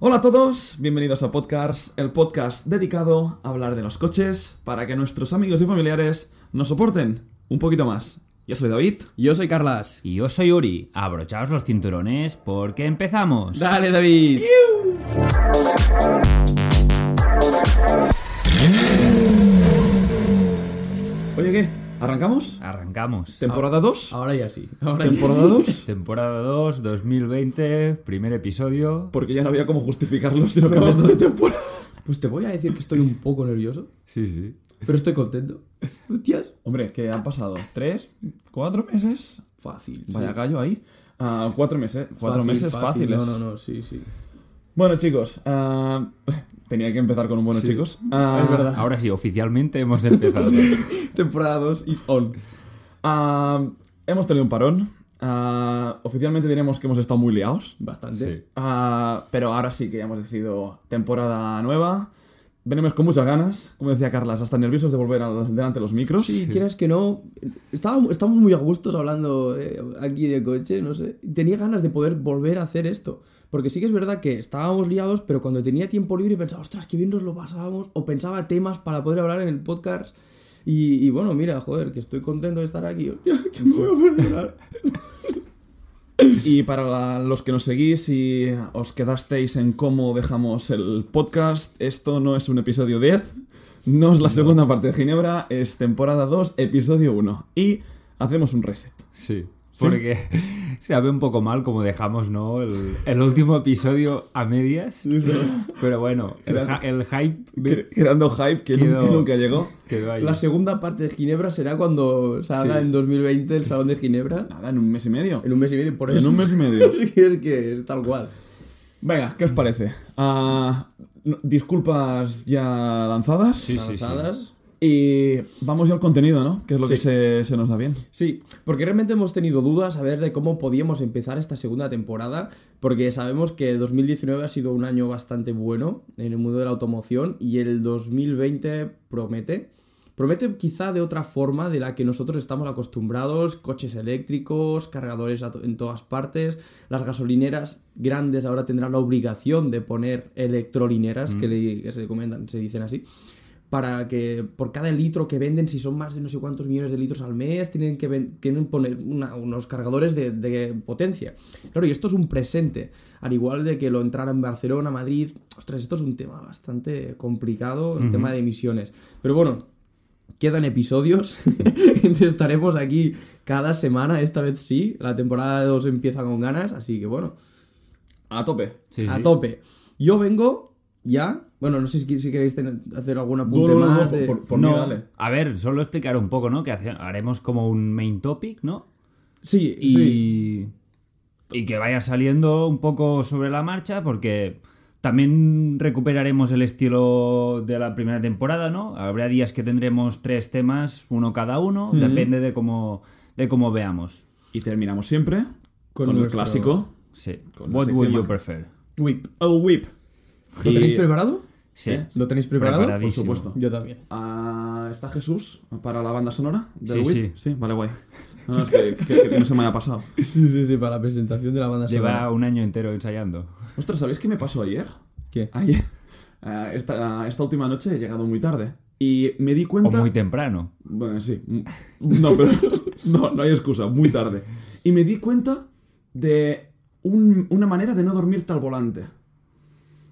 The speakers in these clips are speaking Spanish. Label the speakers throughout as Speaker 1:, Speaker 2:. Speaker 1: Hola a todos, bienvenidos a Podcast, el podcast dedicado a hablar de los coches para que nuestros amigos y familiares nos soporten un poquito más. Yo soy David.
Speaker 2: Yo soy Carlas.
Speaker 3: Y yo soy Uri. Abrochaos los cinturones porque empezamos.
Speaker 2: Dale, David.
Speaker 1: Oye, ¿qué? ¿Arrancamos?
Speaker 3: Arrancamos.
Speaker 1: ¿Temporada 2?
Speaker 2: Ahora ya sí. Ahora
Speaker 1: ¿Temporada
Speaker 2: ya sí.
Speaker 1: 2?
Speaker 3: Temporada 2, 2020, primer episodio.
Speaker 1: Porque ya no había cómo justificarlo sino cambiando de temporada.
Speaker 2: Pues te voy a decir que estoy un poco nervioso,
Speaker 3: Sí, sí.
Speaker 2: pero estoy contento. Hostias.
Speaker 1: Hombre, que han pasado tres, cuatro meses.
Speaker 2: Fácil.
Speaker 1: Vaya
Speaker 2: sí.
Speaker 1: gallo ahí. Ah, cuatro meses, cuatro
Speaker 2: Fácil,
Speaker 1: meses
Speaker 2: fácil.
Speaker 1: fáciles.
Speaker 2: No, no, no, sí, sí.
Speaker 1: Bueno, chicos, ah, tenía que empezar con un bueno,
Speaker 2: Sí,
Speaker 1: chicos. Ah,
Speaker 2: es verdad.
Speaker 3: Ahora sí, oficialmente hemos empezado.
Speaker 2: Temporada 2 is on.
Speaker 1: Ah, hemos tenido un parón. Ah, oficialmente diremos que hemos estado muy liados.
Speaker 2: Bastante.
Speaker 3: Sí.
Speaker 1: Ah, pero ahora sí que ya hemos decidido temporada nueva. Venimos con muchas ganas. Como decía Carlas, hasta nerviosos de volver a los- delante de los micros.
Speaker 2: Sí, quieras que no. Estábamos, estamos muy a gustos hablando eh, aquí de coche, no sé. Tenía ganas de poder volver a hacer esto. Porque sí que es verdad que estábamos liados, pero cuando tenía tiempo libre pensaba, ostras, qué bien nos lo pasábamos. O pensaba temas para poder hablar en el podcast. Y, y bueno, mira, joder, que estoy contento de estar aquí. Hostia, que me voy a poner a llorar.
Speaker 1: Y para la- los que nos seguís y os quedasteis en cómo dejamos el podcast, esto no es un episodio 10, no es la segunda parte de Ginebra, es temporada 2, episodio 1. Y hacemos un reset.
Speaker 3: Sí. Porque se ve un poco mal como dejamos, ¿no? El, el último episodio a medias. Pero bueno, el, hi- el hype
Speaker 1: Cre- Creando hype que
Speaker 3: Quedó-
Speaker 1: nunca, nunca llegó.
Speaker 3: quedó ahí.
Speaker 2: La segunda parte de Ginebra será cuando salga
Speaker 1: Sí.
Speaker 2: en 2020 el Salón de Ginebra.
Speaker 1: Nada, en un mes y medio.
Speaker 2: En un mes y medio, por eso.
Speaker 1: En un mes y medio.
Speaker 2: Sí, es que es tal cual.
Speaker 1: Venga, ¿qué os parece? Ah, no- disculpas ya lanzadas.
Speaker 3: Sí, sí, sí.
Speaker 2: Avanzadas.
Speaker 1: Y vamos ya al contenido, ¿no? Que es lo que
Speaker 2: Sí.
Speaker 1: se, se nos da bien.
Speaker 2: Sí, porque realmente hemos tenido dudas a ver de cómo podíamos empezar esta segunda temporada, porque sabemos que 2019 ha sido un año bastante bueno en el mundo de la automoción y el 2020 promete. Promete quizá de otra forma de la que nosotros estamos acostumbrados, coches eléctricos, cargadores a to- en todas partes, las gasolineras grandes ahora tendrán la obligación de poner electrolineras, que, le- que se comentan, se dicen así para que por cada litro que venden, si son más de no sé cuántos millones de litros al mes, tienen que, ven- tienen que poner una- unos cargadores de, de potencia. Claro, y esto es un presente, al igual de que lo entrara en Barcelona, Madrid. Ostras, esto es un tema bastante complicado, el tema de emisiones. Pero bueno, quedan episodios. Entonces estaremos aquí cada semana, esta vez sí. La temporada 2 empieza con ganas, así que bueno,
Speaker 1: A tope.
Speaker 3: Sí,
Speaker 2: a
Speaker 3: sí.
Speaker 2: tope. Yo vengo ya. Bueno, no sé si, si queréis tener- hacer algún apunte
Speaker 1: No, no, no,
Speaker 2: más.
Speaker 1: por-
Speaker 2: de-
Speaker 1: por- por
Speaker 3: no,
Speaker 1: mí, dale.
Speaker 3: a ver, solo explicar un poco, ¿no? Que hace- haremos como un main topic, ¿no?
Speaker 2: Sí,
Speaker 3: y,
Speaker 2: sí.
Speaker 3: y que vaya saliendo un poco sobre la marcha porque también recuperaremos el estilo de la primera temporada, ¿no? Habrá días que tendremos tres temas, uno cada uno, depende de cómo, de cómo veamos.
Speaker 1: Y terminamos siempre con,
Speaker 2: Con
Speaker 1: el
Speaker 2: nuestro-
Speaker 1: clásico.
Speaker 3: Sí.
Speaker 1: Con la
Speaker 3: What
Speaker 1: sección
Speaker 3: would you
Speaker 1: más-
Speaker 3: prefer?
Speaker 2: Whip.
Speaker 1: El whip.
Speaker 2: ¿Lo
Speaker 1: Y-
Speaker 2: tenéis preparado?
Speaker 3: Sí.
Speaker 1: ¿Eh?
Speaker 2: ¿Lo tenéis preparado?
Speaker 1: Por
Speaker 3: Preparadísimo.
Speaker 1: supuesto.
Speaker 2: Yo también.
Speaker 1: Ah, ¿Está Jesús para la banda sonora? del
Speaker 3: Sí,
Speaker 1: Whip? Sí, vale, guay. No, no, es que, que- que no se me haya pasado.
Speaker 2: Sí, sí, sí, para la presentación de la banda
Speaker 3: Lleva un año entero ensayando.
Speaker 1: Ostras, ¿sabéis qué me pasó ayer?
Speaker 2: ¿Qué?
Speaker 1: Ayer. ah, esta, esta última noche he llegado muy tarde. Y me di
Speaker 3: O
Speaker 1: cuenta.
Speaker 3: muy temprano.
Speaker 1: Bueno, sí. No, pero. No, no hay excusa, muy tarde. Y me di cuenta de un- una manera de no dormirte al volante.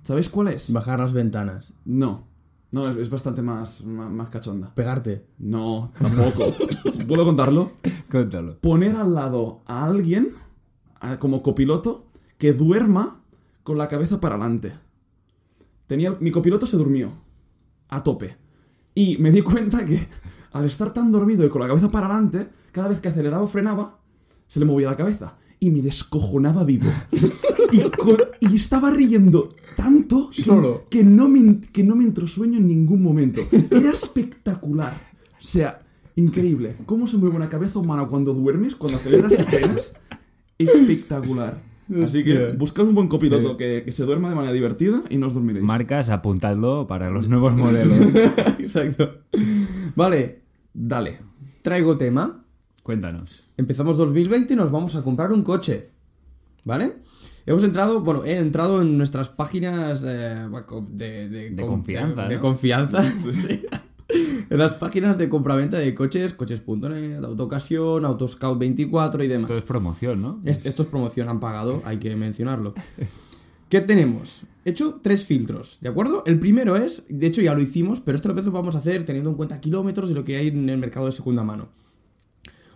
Speaker 1: ¿Sabéis cuál es?
Speaker 2: Bajar las ventanas.
Speaker 1: No. No, es, es bastante más, más, más cachonda.
Speaker 2: Pegarte.
Speaker 1: No, tampoco. ¿Puedo contarlo?
Speaker 3: Cuéntalo.
Speaker 1: Poner al lado a alguien, a- como copiloto, que duerma con la cabeza para adelante. Tenía, mi copiloto se durmió. A tope. Y me di cuenta que al estar tan dormido y con la cabeza para adelante, cada vez que aceleraba o frenaba, se le movía la cabeza. Y me descojonaba vivo. Y, con- y estaba riendo tanto que-
Speaker 2: Solo.
Speaker 1: Que, no me, en- que no me entró sueño en ningún momento. Era espectacular. O sea, increíble. ¿Cómo se mueve una cabeza humana cuando duermes, cuando aceleras y frenas? Espectacular. Así que
Speaker 2: Hostia.
Speaker 1: buscad un buen copiloto que, que se duerma de manera divertida y no os dormiréis.
Speaker 3: Marcas, apuntadlo para los nuevos modelos.
Speaker 2: Exacto. Vale,
Speaker 1: Dale.
Speaker 2: traigo tema.
Speaker 3: Cuéntanos.
Speaker 2: Empezamos 2020 y nos vamos a comprar un coche. ¿Vale? Hemos entrado, bueno, he entrado en nuestras páginas eh, de, de,
Speaker 3: De
Speaker 2: con-
Speaker 3: confianza,
Speaker 2: De,
Speaker 3: ¿no?
Speaker 2: confianza, sí. En las páginas de compraventa de coches, coches.net, Autocasión, Autoscout24 y demás.
Speaker 3: Esto es promoción, ¿no?
Speaker 2: Est- estos promoción han pagado, hay que mencionarlo. ¿Qué tenemos? He hecho tres filtros, ¿de acuerdo? El primero es, de hecho ya lo hicimos, pero esto lo vez lo vamos a hacer teniendo en cuenta kilómetros y lo que hay en el mercado de segunda mano.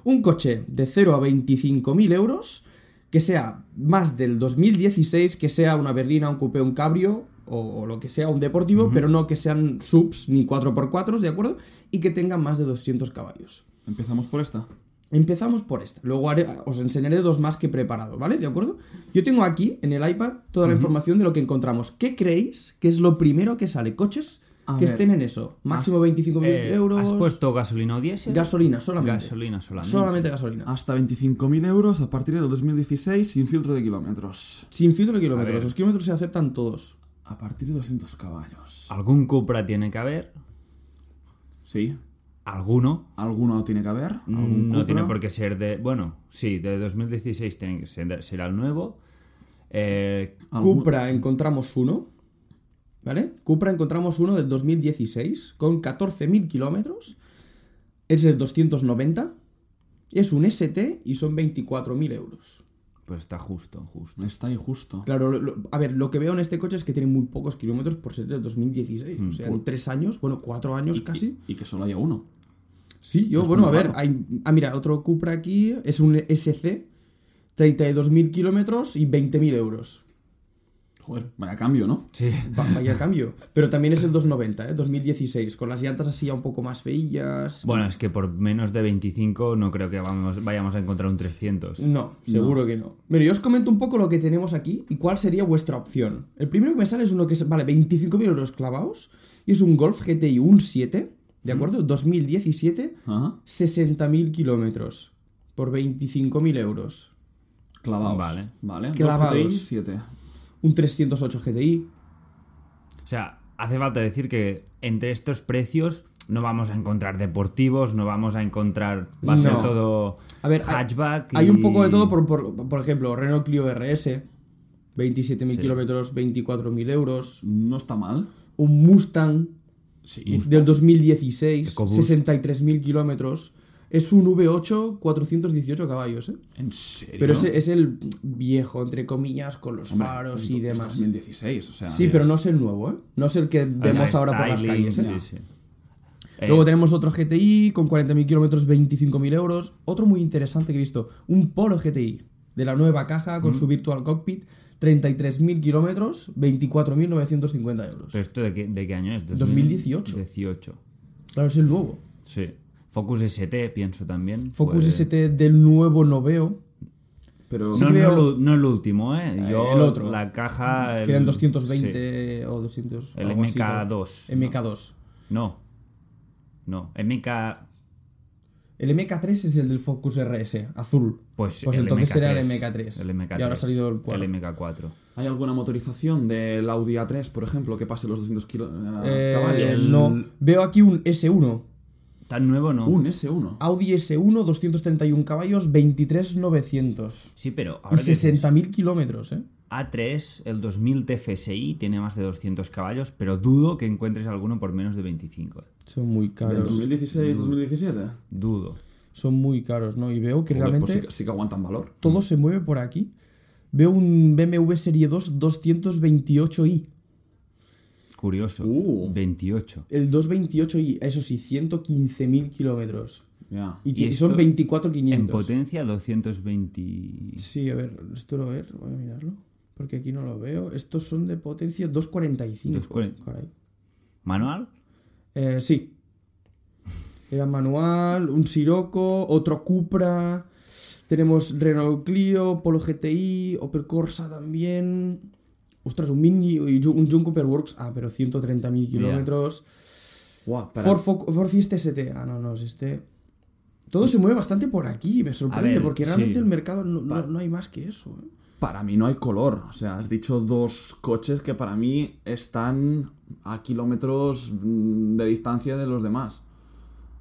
Speaker 2: Un coche de 0 a 25.000 euros, que sea más del 2016, que sea una berlina, un coupé, un cabrio o, o lo que sea, un deportivo, pero no que sean subs ni 4x4, ¿de acuerdo? Y que tengan más de 200 caballos.
Speaker 1: Empezamos por esta.
Speaker 2: Empezamos por esta. Luego haré- os enseñaré dos más que he preparado, ¿vale? ¿De acuerdo? Yo tengo aquí en el iPad toda la información de lo que encontramos. ¿Qué creéis que es lo primero que sale? Coches
Speaker 1: A
Speaker 2: que
Speaker 1: ver.
Speaker 2: estén en eso. Máximo 25.000
Speaker 3: Eh,
Speaker 2: euros.
Speaker 3: ¿Has puesto gasolina o diésel?
Speaker 2: Gasolina solamente.
Speaker 3: Gasolina solamente. Ah.
Speaker 2: Solamente gasolina.
Speaker 1: Hasta 25.000 euros a partir de 2016 sin filtro de kilómetros.
Speaker 2: Sin filtro de
Speaker 3: A
Speaker 2: kilómetros.
Speaker 3: ver.
Speaker 2: Los kilómetros se aceptan todos.
Speaker 1: A partir de 200 caballos.
Speaker 3: Algún Cupra tiene que haber.
Speaker 1: Sí.
Speaker 3: Alguno.
Speaker 1: Alguno tiene que haber. ¿Algún
Speaker 3: No tiene
Speaker 1: Cupra?
Speaker 3: por qué ser de. Bueno, sí, de 2016 tiene que ser- será el nuevo. Eh,
Speaker 1: Algún-
Speaker 2: Cupra encontramos uno. ¿Vale? Cupra encontramos uno del 2016 con 14.000 kilómetros. Es el 290. Es un ST y son 24.000 euros.
Speaker 3: pues está justo, justo.
Speaker 1: Está injusto.
Speaker 2: Claro, lo- lo- a ver, lo que veo en este coche es que tiene muy pocos kilómetros por ser del 2016. o sea, en tres años, bueno, cuatro
Speaker 1: Pues
Speaker 2: años casi.
Speaker 1: Mm, Y que solo haya uno.
Speaker 2: Sí, yo,
Speaker 1: es
Speaker 2: bueno, a
Speaker 1: muy
Speaker 2: ver,
Speaker 1: raro.
Speaker 2: hay, ah, mira, otro Cupra aquí es un SC, 32.000 kilómetros y 20.000 euros.
Speaker 1: Joder, vaya cambio, ¿no?
Speaker 3: Sí.
Speaker 2: Va- Vaya cambio. Pero también es el 290, ¿eh? 2016, con las llantas así ya un poco más feillas.
Speaker 3: Bueno, es que por menos de 25 no creo que vamos, vayamos a encontrar un 300.
Speaker 2: No, seguro que no. Mira, yo os comento un poco lo que tenemos aquí y cuál sería vuestra opción. El primero que me sale es uno que es, vale, 25.000 euros clavados y es un Golf GTI 1.7, ¿de acuerdo? 2017,
Speaker 1: Ajá.
Speaker 2: 60.000 kilómetros por 25.000 euros.
Speaker 1: Clavados.
Speaker 3: Vale.
Speaker 1: Vale.
Speaker 2: Clavados.
Speaker 1: 7.
Speaker 2: Un 308 GTI.
Speaker 3: O sea, hace falta decir que entre estos precios no vamos a encontrar deportivos, no vamos a encontrar. Va a ser
Speaker 2: No.
Speaker 3: todo
Speaker 2: A ver, hay-
Speaker 3: hatchback.
Speaker 2: Hay un poco de
Speaker 3: y-
Speaker 2: todo, por, por, por ejemplo, Renault Clio RS, 27.000
Speaker 3: Sí.
Speaker 2: kilómetros, 24.000 euros.
Speaker 1: No está mal.
Speaker 2: Un Mustang,
Speaker 1: Sí.
Speaker 2: del 2016,
Speaker 3: EcoBoost.
Speaker 2: 63.000 kilómetros. Es un V8, 418 caballos, ¿eh?
Speaker 1: ¿En serio?
Speaker 2: Pero ese es el viejo, entre comillas, con los
Speaker 1: Hombre,
Speaker 2: faros
Speaker 1: es-
Speaker 2: y
Speaker 1: es
Speaker 2: demás.
Speaker 1: 2016, o sea.
Speaker 2: Sí, pero no es el nuevo, ¿eh? No es el que vemos
Speaker 3: Ah,
Speaker 2: ahora por las
Speaker 3: styling,
Speaker 2: calles, ¿eh?
Speaker 3: Sí, sí. Eh,
Speaker 2: Luego tenemos otro GTI con 40.000 kilómetros, 25.000 euros. Otro muy interesante que he visto, un Polo GTI de la nueva caja
Speaker 3: Mm.
Speaker 2: con su Virtual Cockpit, 33.000 kilómetros, 24.950 euros.
Speaker 3: ¿Pero esto de qué, de qué año es?
Speaker 2: 2018.
Speaker 3: 2018.
Speaker 2: Claro, es el nuevo.
Speaker 3: Sí. Focus ST, pienso también.
Speaker 2: Focus
Speaker 3: Puede-
Speaker 2: ST del nuevo no veo.
Speaker 1: Pero
Speaker 3: No,
Speaker 2: Sí
Speaker 3: no,
Speaker 2: veo-
Speaker 3: lo- no el último, ¿eh? Yo,
Speaker 2: el otro.
Speaker 3: La caja. el-
Speaker 2: Quedan 220 o 200.
Speaker 3: El
Speaker 2: algo así,
Speaker 3: MK2,
Speaker 2: ¿no? MK2.
Speaker 3: sí. No. No. MK.
Speaker 2: El MK3 es el del Focus RS, azul.
Speaker 3: Pues,
Speaker 2: Pues
Speaker 3: el
Speaker 2: entonces
Speaker 3: MK3,
Speaker 2: será el MK3.
Speaker 3: El MK3.
Speaker 2: Y ahora ha salido el 4.
Speaker 3: MK4.
Speaker 1: ¿hay alguna motorización del Audi A3, por ejemplo, que pase los 200 kilo- eh,
Speaker 3: Ah,
Speaker 2: Eh,
Speaker 1: caballos?
Speaker 2: no. Veo aquí un S1.
Speaker 3: ¿Tan nuevo no?
Speaker 1: Un S1.
Speaker 2: Audi S1, 231 caballos, 23,900.
Speaker 3: Sí, pero ahora
Speaker 2: Y
Speaker 3: que dices,
Speaker 2: 60.000 kilómetros, ¿eh?
Speaker 3: A3, el 2000 TFSI, tiene más de 200 caballos, pero dudo que encuentres alguno por menos de 25. eh.
Speaker 2: Son muy
Speaker 1: ¿Del
Speaker 2: caros.
Speaker 1: 2016, 2017?
Speaker 3: Dudo.
Speaker 2: Son muy caros, ¿no? Y veo que
Speaker 1: Joder,
Speaker 2: realmente
Speaker 1: pues sí, que- sí que aguantan valor.
Speaker 3: Mm.
Speaker 2: todo se mueve por aquí. Veo un BMW Serie 2 228i.
Speaker 3: Curioso.
Speaker 1: Uh.
Speaker 3: 28.
Speaker 2: El 228i, eso sí, 115.000 kilómetros.
Speaker 1: Ya.
Speaker 2: Y,
Speaker 3: Y
Speaker 2: ti- y
Speaker 3: esto
Speaker 2: son
Speaker 3: En
Speaker 2: 24.500.
Speaker 3: potencia, 220.
Speaker 2: Sí, a ver, esto lo ver, voy a mirarlo. Porque aquí no lo veo. Estos son de potencia 245.
Speaker 3: 240.
Speaker 2: caray.
Speaker 3: ¿Manual?
Speaker 2: Eh, sí. Era manual, un Sirocco, otro Cupra. Tenemos Renault Clio, Polo GTI, Opel Corsa también. Ostras, un Mini y Ju- un John Cooper Works. Ah, pero 130.000 kilómetros.
Speaker 1: Guau, espera.
Speaker 2: Ford, Foc- Ford Fiesta ST. Ah, no, no, es este. Todo se mueve bastante por aquí, me sorprende,
Speaker 3: ver,
Speaker 2: porque realmente
Speaker 3: sí.
Speaker 2: el mercado no, no- no hay más que eso. ¿eh?
Speaker 1: Para mí no hay color. O sea, has dicho dos coches que para mí están a kilómetros mm, de distancia de los demás.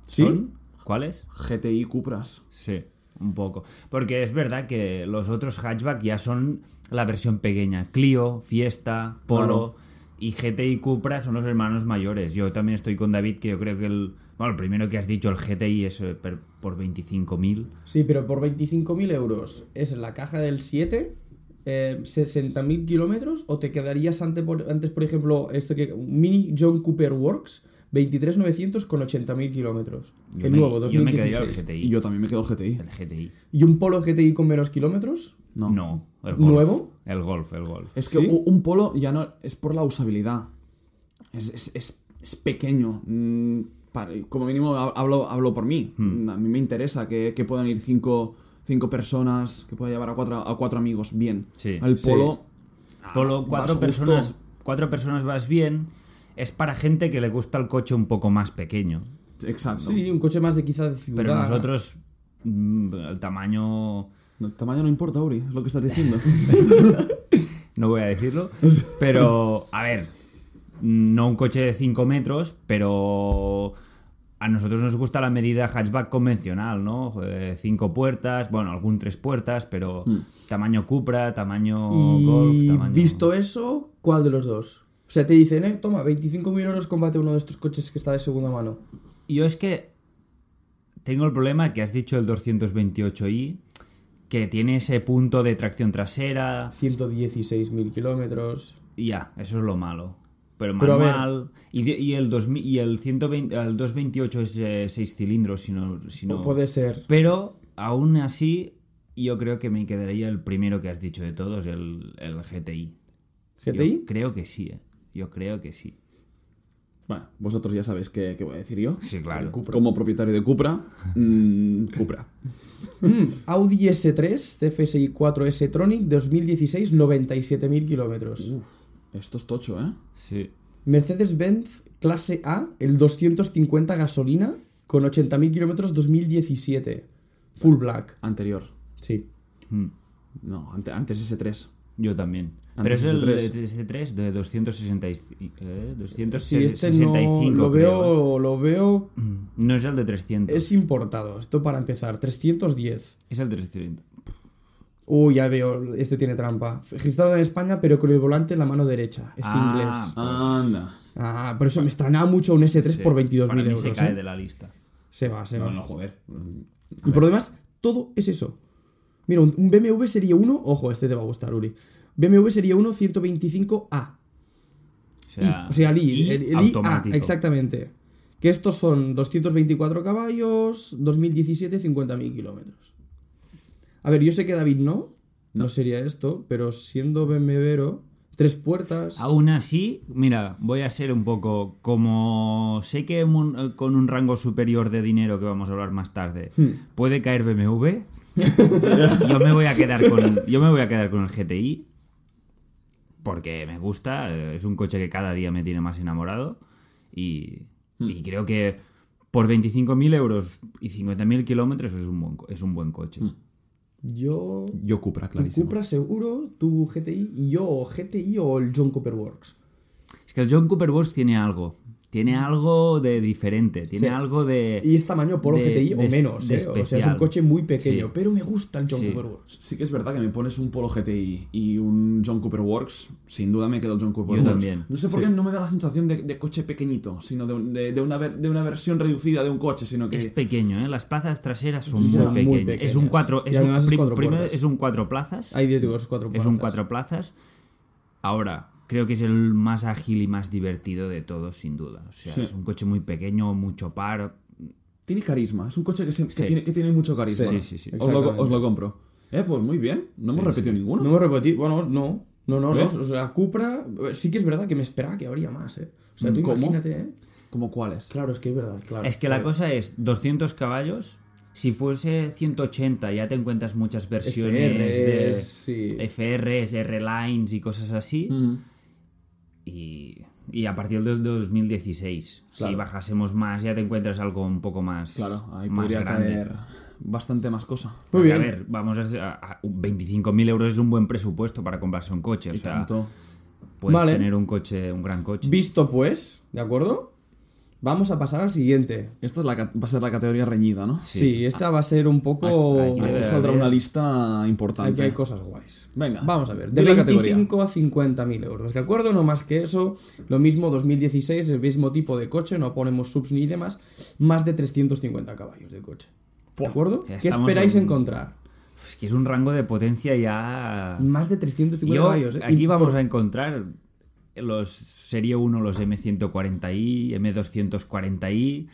Speaker 2: ¿Sí?
Speaker 3: ¿Son? ¿Cuáles?
Speaker 1: GTI Cupras.
Speaker 3: Sí. un poco. Porque es verdad que los otros hatchback ya son la versión pequeña. Clio, Fiesta, Polo y GT y Cupra son los hermanos mayores. Yo también estoy con David, que yo creo que el... Bueno, el primero que has dicho, el GTI, es eh, per- por 25.000.
Speaker 2: Sí, pero por 25.000 euros es la caja del 7, eh, 60.000 kilómetros, o te quedarías ante por- antes, por ejemplo, este que un Mini John Cooper Works, 23.900 con 80.000 kilómetros.
Speaker 3: Yo
Speaker 2: El
Speaker 3: me-
Speaker 2: nuevo,
Speaker 3: Yo me quedaría el
Speaker 2: 2016.
Speaker 1: Y
Speaker 3: GTI.
Speaker 1: yo también me quedo el GTI.
Speaker 3: El GTI.
Speaker 2: ¿Y un Polo GTI con menos kilómetros?
Speaker 1: No.
Speaker 3: No, el golf.
Speaker 2: ¿Nuevo?
Speaker 3: El golf, el golf.
Speaker 1: Es que
Speaker 2: ¿Sí?
Speaker 1: u- un polo ya no. Es por la usabilidad. Es, es- es- es pequeño. Mm, para- como mínimo ha- hablo, hablo por mí. Mm, A mí me interesa que, que puedan ir cinco, cinco personas, que pueda llevar a cuatro, a cuatro amigos bien.
Speaker 3: Sí.
Speaker 1: Al
Speaker 2: Sí.
Speaker 1: polo.
Speaker 3: Polo, cuatro
Speaker 1: justo.
Speaker 3: personas, cuatro personas vas bien. Es para gente que le gusta el coche un poco más pequeño.
Speaker 1: Exacto.
Speaker 2: Sí, un coche más de quizá de ciudad.
Speaker 3: Pero nosotros, mm, el tamaño,
Speaker 1: El tamaño no importa, Uri, es lo que estás diciendo.
Speaker 3: no voy a decirlo, pero, a ver, mm, no un coche de 5 metros, pero a nosotros nos gusta la medida hatchback convencional, ¿no? 5 puertas, bueno, algún tres puertas, pero tamaño Cupra, tamaño
Speaker 2: Hmm. Y
Speaker 3: Golf, tamaño...
Speaker 2: visto eso, ¿cuál de los dos? O sea, te dicen, eh, toma, 25.000 euros combate uno de estos coches que está de segunda mano.
Speaker 3: Yo es que tengo el problema que has dicho el 228i, que tiene ese punto de tracción trasera.
Speaker 2: 116.000 kilómetros.
Speaker 3: y Ya, eso es lo malo. Pero
Speaker 2: Pero a ver.
Speaker 3: manual. y, de- y el 2000 y el 120, el 228 es 6 cilindros, si no. si no-
Speaker 2: No puede ser.
Speaker 3: Pero aún así, yo creo que me quedaría el primero que has dicho de todos, el, el GTI. Yo
Speaker 2: ¿GTI?
Speaker 3: creo que sí, eh. Yo creo que sí.
Speaker 1: bueno, vosotros ya sabéis qué, qué voy a decir yo.
Speaker 3: Sí, claro.
Speaker 1: Como propietario de Cupra, mm, Cupra.
Speaker 2: Mm, Audi S3 CFSI 4 S-Tronic 2016, 97.000 kilómetros.
Speaker 3: Uh.
Speaker 1: Esto es tocho, ¿eh?
Speaker 3: Sí.
Speaker 2: Mercedes-Benz clase A, el 250 gasolina, con 80.000 kilómetros 2017. Full black.
Speaker 1: Anterior.
Speaker 2: Sí.
Speaker 3: Mm.
Speaker 1: No, ante- antes S3.
Speaker 3: Yo también.
Speaker 1: Antes
Speaker 3: Pero es
Speaker 1: S3.
Speaker 3: el S3 de 260, eh,
Speaker 2: Si este
Speaker 3: 265.
Speaker 2: no
Speaker 3: creo,
Speaker 2: lo veo, lo veo,
Speaker 3: ¿eh? No es el de 300.
Speaker 2: es importado. Esto para empezar, 310.
Speaker 3: Es el de 300.
Speaker 2: Uy, ya veo, este tiene trampa. Registrado en España, pero con el volante en la mano derecha. Es
Speaker 3: Ah.
Speaker 2: inglés.
Speaker 1: Anda.
Speaker 2: Ah, por eso me extrañaba mucho un S3
Speaker 3: Sí,
Speaker 2: por
Speaker 3: para
Speaker 2: 22.000
Speaker 3: mí
Speaker 2: euros.
Speaker 3: se cae
Speaker 2: ¿eh?
Speaker 3: de la lista.
Speaker 2: Se va, se va.
Speaker 1: joder.
Speaker 2: Y por lo demás, todo es eso. Mira, un un BMW Serie 1, ojo, este te va a gustar, Uri. BMW Serie 1 125A.
Speaker 3: O
Speaker 2: I,
Speaker 3: sea,
Speaker 2: o sea, el I, ah,
Speaker 3: y
Speaker 2: el- el IA,
Speaker 3: automático.
Speaker 2: exactamente. Que estos son 224 caballos, 2017, 50.000 kilómetros. A ver, yo sé que David no, no sería esto, pero siendo BMW, tres puertas.
Speaker 3: Aún así, mira, voy a ser un poco como sé que mon- eh, con un rango superior de dinero que vamos a hablar más tarde
Speaker 2: Hmm.
Speaker 3: puede caer BMW. yo me voy a quedar con yo me voy a quedar con el GTI porque me gusta, eh, es un coche que cada día me tiene más enamorado y,
Speaker 2: Hmm.
Speaker 3: y creo que por 25.000 euros y 50.000 kilómetros es un buen co- es un buen coche.
Speaker 2: Hmm. Yo.
Speaker 1: Yo Cupra,
Speaker 2: Tu
Speaker 1: clarísimo.
Speaker 2: Cupra seguro, tu GTI y yo o GTI o el John Cooper Works.
Speaker 3: Es que el John Cooper Wars tiene algo. Tiene algo de diferente. Tiene
Speaker 2: Sí.
Speaker 3: algo de.
Speaker 2: Y es tamaño Polo
Speaker 3: Eh, de-
Speaker 2: GTI o
Speaker 3: de-
Speaker 2: menos,
Speaker 3: de
Speaker 2: ¿eh? O sea, es un
Speaker 3: especial.
Speaker 2: coche muy pequeño,
Speaker 3: Sí.
Speaker 2: pero me gusta el John
Speaker 3: Sí.
Speaker 2: Cooper Works.
Speaker 1: Sí que es verdad que me pones un Polo GTI y un John Cooper Works, sin duda me quedo el John Cooper
Speaker 3: Yo
Speaker 1: Works.
Speaker 3: también,
Speaker 1: No sé por
Speaker 3: sí.
Speaker 1: qué no me da la sensación de, de coche pequeñito, sino de, un- de- de una, ver- de una versión reducida de un coche, sino que...
Speaker 3: Es pequeño, ¿eh? Las plazas traseras son
Speaker 2: Son
Speaker 3: muy
Speaker 2: muy
Speaker 3: pequeñas.
Speaker 2: pequeñas.
Speaker 3: Es un cuatro.
Speaker 2: Y
Speaker 3: Es un,
Speaker 2: además es
Speaker 3: pri-
Speaker 2: cuatro
Speaker 3: primero
Speaker 2: puertas.
Speaker 3: es un cuatro plazas.
Speaker 2: Hay 10 digo, es cuatro
Speaker 3: Es un
Speaker 2: plazas.
Speaker 3: cuatro plazas. Ahora, creo que es el más ágil y más divertido de todos, sin duda. O sea,
Speaker 1: Sí.
Speaker 3: es un coche muy pequeño, mucho par.
Speaker 1: Tiene carisma, es un coche que, se- que
Speaker 3: Sí.
Speaker 1: tiene, que tiene mucho carisma.
Speaker 3: Sí, sí, sí.
Speaker 1: Os lo,
Speaker 2: Exactamente.
Speaker 1: os lo compro. Eh, pues muy bien, no hemos repetido ninguno.
Speaker 2: No hemos repetido, bueno, no. No, no, no.
Speaker 1: ¿Ves?
Speaker 2: O sea, Cupra, eh, sí que es verdad que me esperaba que habría más, ¿eh? O sea, tú
Speaker 1: ¿Cómo?
Speaker 2: imagínate, ¿eh?
Speaker 1: ¿Como cuáles?
Speaker 2: Claro, es que es verdad, claro.
Speaker 3: Es que la
Speaker 2: claro.
Speaker 3: cosa es 200 caballos. Si fuese 180 ya te encuentras muchas versiones de
Speaker 2: FRs, sí.
Speaker 3: FRs, R-Lines y cosas así.
Speaker 1: Mm.
Speaker 3: Y, y a partir del 2016, si
Speaker 2: Claro.
Speaker 3: bajásemos más, ya te encuentras algo un poco más.
Speaker 1: Claro, ahí
Speaker 3: más
Speaker 1: podría
Speaker 3: grande.
Speaker 1: caer bastante más cosa.
Speaker 2: Muy
Speaker 3: Porque,
Speaker 2: bien.
Speaker 3: A ver, vamos a, a- a- 25.000 euros es un buen presupuesto para comprarse un coche. O
Speaker 1: Y
Speaker 3: sea,
Speaker 1: tanto.
Speaker 3: puedes
Speaker 2: Vale.
Speaker 3: tener un coche, un gran coche.
Speaker 2: Visto pues, ¿de acuerdo? Vamos a pasar al siguiente.
Speaker 1: Esta es la, ca- va a ser la categoría reñida, ¿no?
Speaker 2: Sí, esta va a ser un poco...
Speaker 3: Ah. Aquí-
Speaker 1: Aquí
Speaker 3: Eh,
Speaker 1: saldrá
Speaker 3: bien.
Speaker 1: una lista
Speaker 2: Aquí
Speaker 1: importante.
Speaker 2: hay cosas guays.
Speaker 1: Venga.
Speaker 2: Vamos a ver,
Speaker 1: Di
Speaker 2: de
Speaker 1: la categoría.
Speaker 2: 25 a 50 mil euros, ¿de acuerdo? No más que eso, lo mismo 2016, el mismo tipo de coche, no ponemos subs ni demás, más de 350 caballos de coche. ¿De
Speaker 1: Buah,
Speaker 2: acuerdo?
Speaker 3: ya
Speaker 2: ¿Qué
Speaker 3: estamos
Speaker 2: esperáis
Speaker 3: en-
Speaker 2: encontrar?
Speaker 3: Es que es un rango de potencia ya.
Speaker 2: Más de 350
Speaker 3: Yo,
Speaker 2: caballos. ¿eh?
Speaker 3: aquí
Speaker 2: Y-
Speaker 3: vamos a encontrar los Serie 1, los M140i, M240i,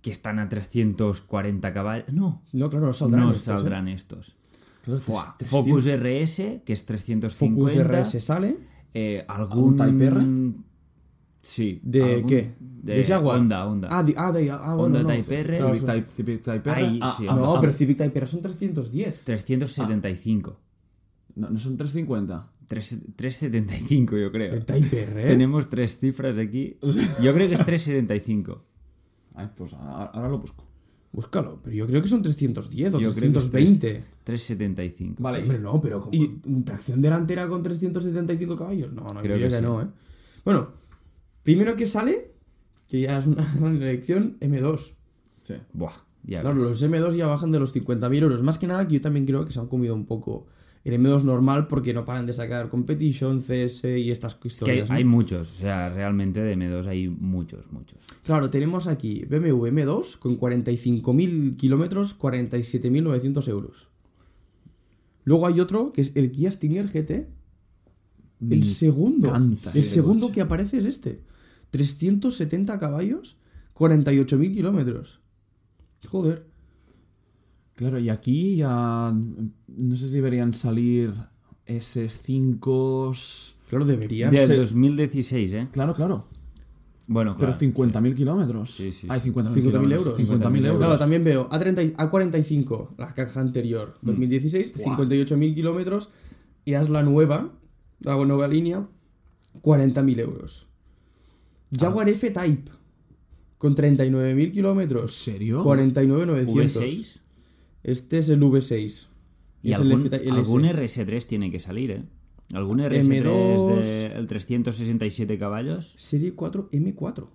Speaker 3: que están a 340 caballos. No,
Speaker 2: No, claro, no saldrán.
Speaker 3: no
Speaker 2: estos, ¿eh?
Speaker 3: saldrán estos.
Speaker 1: Claro,
Speaker 3: Fuá,
Speaker 1: tres-
Speaker 3: Focus RS, que es 350.
Speaker 2: Focus RS sale.
Speaker 3: eh, algún
Speaker 1: Type R?
Speaker 3: Sí.
Speaker 2: ¿De
Speaker 3: algún-
Speaker 2: qué?
Speaker 3: De,
Speaker 2: ¿De Jaguar?
Speaker 3: Honda, Honda.
Speaker 2: Ah, de, ah, de, ah, bueno,
Speaker 3: Honda
Speaker 2: no,
Speaker 3: Type R.
Speaker 2: claro,
Speaker 1: 300. Civic
Speaker 2: son-
Speaker 1: Type, Civic Type R.
Speaker 3: Ahí, sí,
Speaker 1: ah,
Speaker 2: No,
Speaker 1: ah,
Speaker 2: pero Civic Type R son 310.
Speaker 3: 375.
Speaker 1: no, no son 350.
Speaker 3: Tres- 375, yo creo.
Speaker 2: El Type R, ¿eh?
Speaker 3: Tenemos tres cifras aquí. Yo creo que es 375.
Speaker 1: Ay, pues ahora, ahora lo busco.
Speaker 2: Búscalo, pero yo creo que son 310 o
Speaker 3: Yo creo que es
Speaker 2: 320.
Speaker 3: 375.
Speaker 1: Vale,
Speaker 2: Hombre, no, pero como
Speaker 1: Y-
Speaker 2: un tracción delantera con 375 caballos. No, no creo,
Speaker 3: que
Speaker 2: que,
Speaker 3: sí.
Speaker 2: no, ¿eh? Bueno, primero que sale, que ya es una gran elección, M2.
Speaker 1: sí.
Speaker 3: Buah, ya
Speaker 2: Claro,
Speaker 3: ves.
Speaker 2: los M2 ya bajan de los 50.000 euros. Más que nada que yo también creo que se han comido un poco el M2 normal porque no paran de sacar Competition, CS y estas
Speaker 3: Es que hay,
Speaker 2: historias. ¿no?
Speaker 3: hay muchos, o sea, realmente de M2 hay muchos, muchos.
Speaker 2: Claro, tenemos aquí BMW M2 con 45.000 kilómetros, 47.900 euros. Luego hay otro que es el Kia Stinger GT.
Speaker 1: Me
Speaker 2: El segundo.
Speaker 1: encanta
Speaker 2: El
Speaker 1: ese
Speaker 2: segundo
Speaker 1: coche.
Speaker 2: que aparece es este. 370 caballos, 48.000 kilómetros. Joder.
Speaker 1: Claro, y aquí ya. No sé si deberían salir S5.
Speaker 2: Claro, debería.
Speaker 3: Del
Speaker 1: se-
Speaker 3: 2016, ¿eh?
Speaker 1: Claro, claro.
Speaker 3: Bueno,
Speaker 1: Pero
Speaker 3: claro.
Speaker 1: 50.000 kilómetros.
Speaker 3: Sí, sí,
Speaker 1: Ay,
Speaker 3: sí.
Speaker 1: 50.000
Speaker 2: 50.000
Speaker 1: kilómetros,
Speaker 2: euros.
Speaker 1: 50.000 euros.
Speaker 2: Claro, también veo A30, A45, la caja anterior,
Speaker 1: Mm.
Speaker 2: 2016, 58.000 kilómetros. Y haz la nueva, la nueva línea, 40.000 euros.
Speaker 1: Ah.
Speaker 2: Jaguar F-Type, con 39.000
Speaker 1: ¿En
Speaker 2: kilómetros,
Speaker 1: serio?
Speaker 2: 49.900.
Speaker 3: V6
Speaker 2: Este es el V6.
Speaker 3: y
Speaker 2: Es el
Speaker 3: algún,
Speaker 2: F-Type LS.
Speaker 3: algún RS3 tiene que salir, ¿eh? Algún
Speaker 2: Ah,
Speaker 3: RS3
Speaker 2: M2.
Speaker 3: de el 367 caballos.
Speaker 2: Serie 4 M4.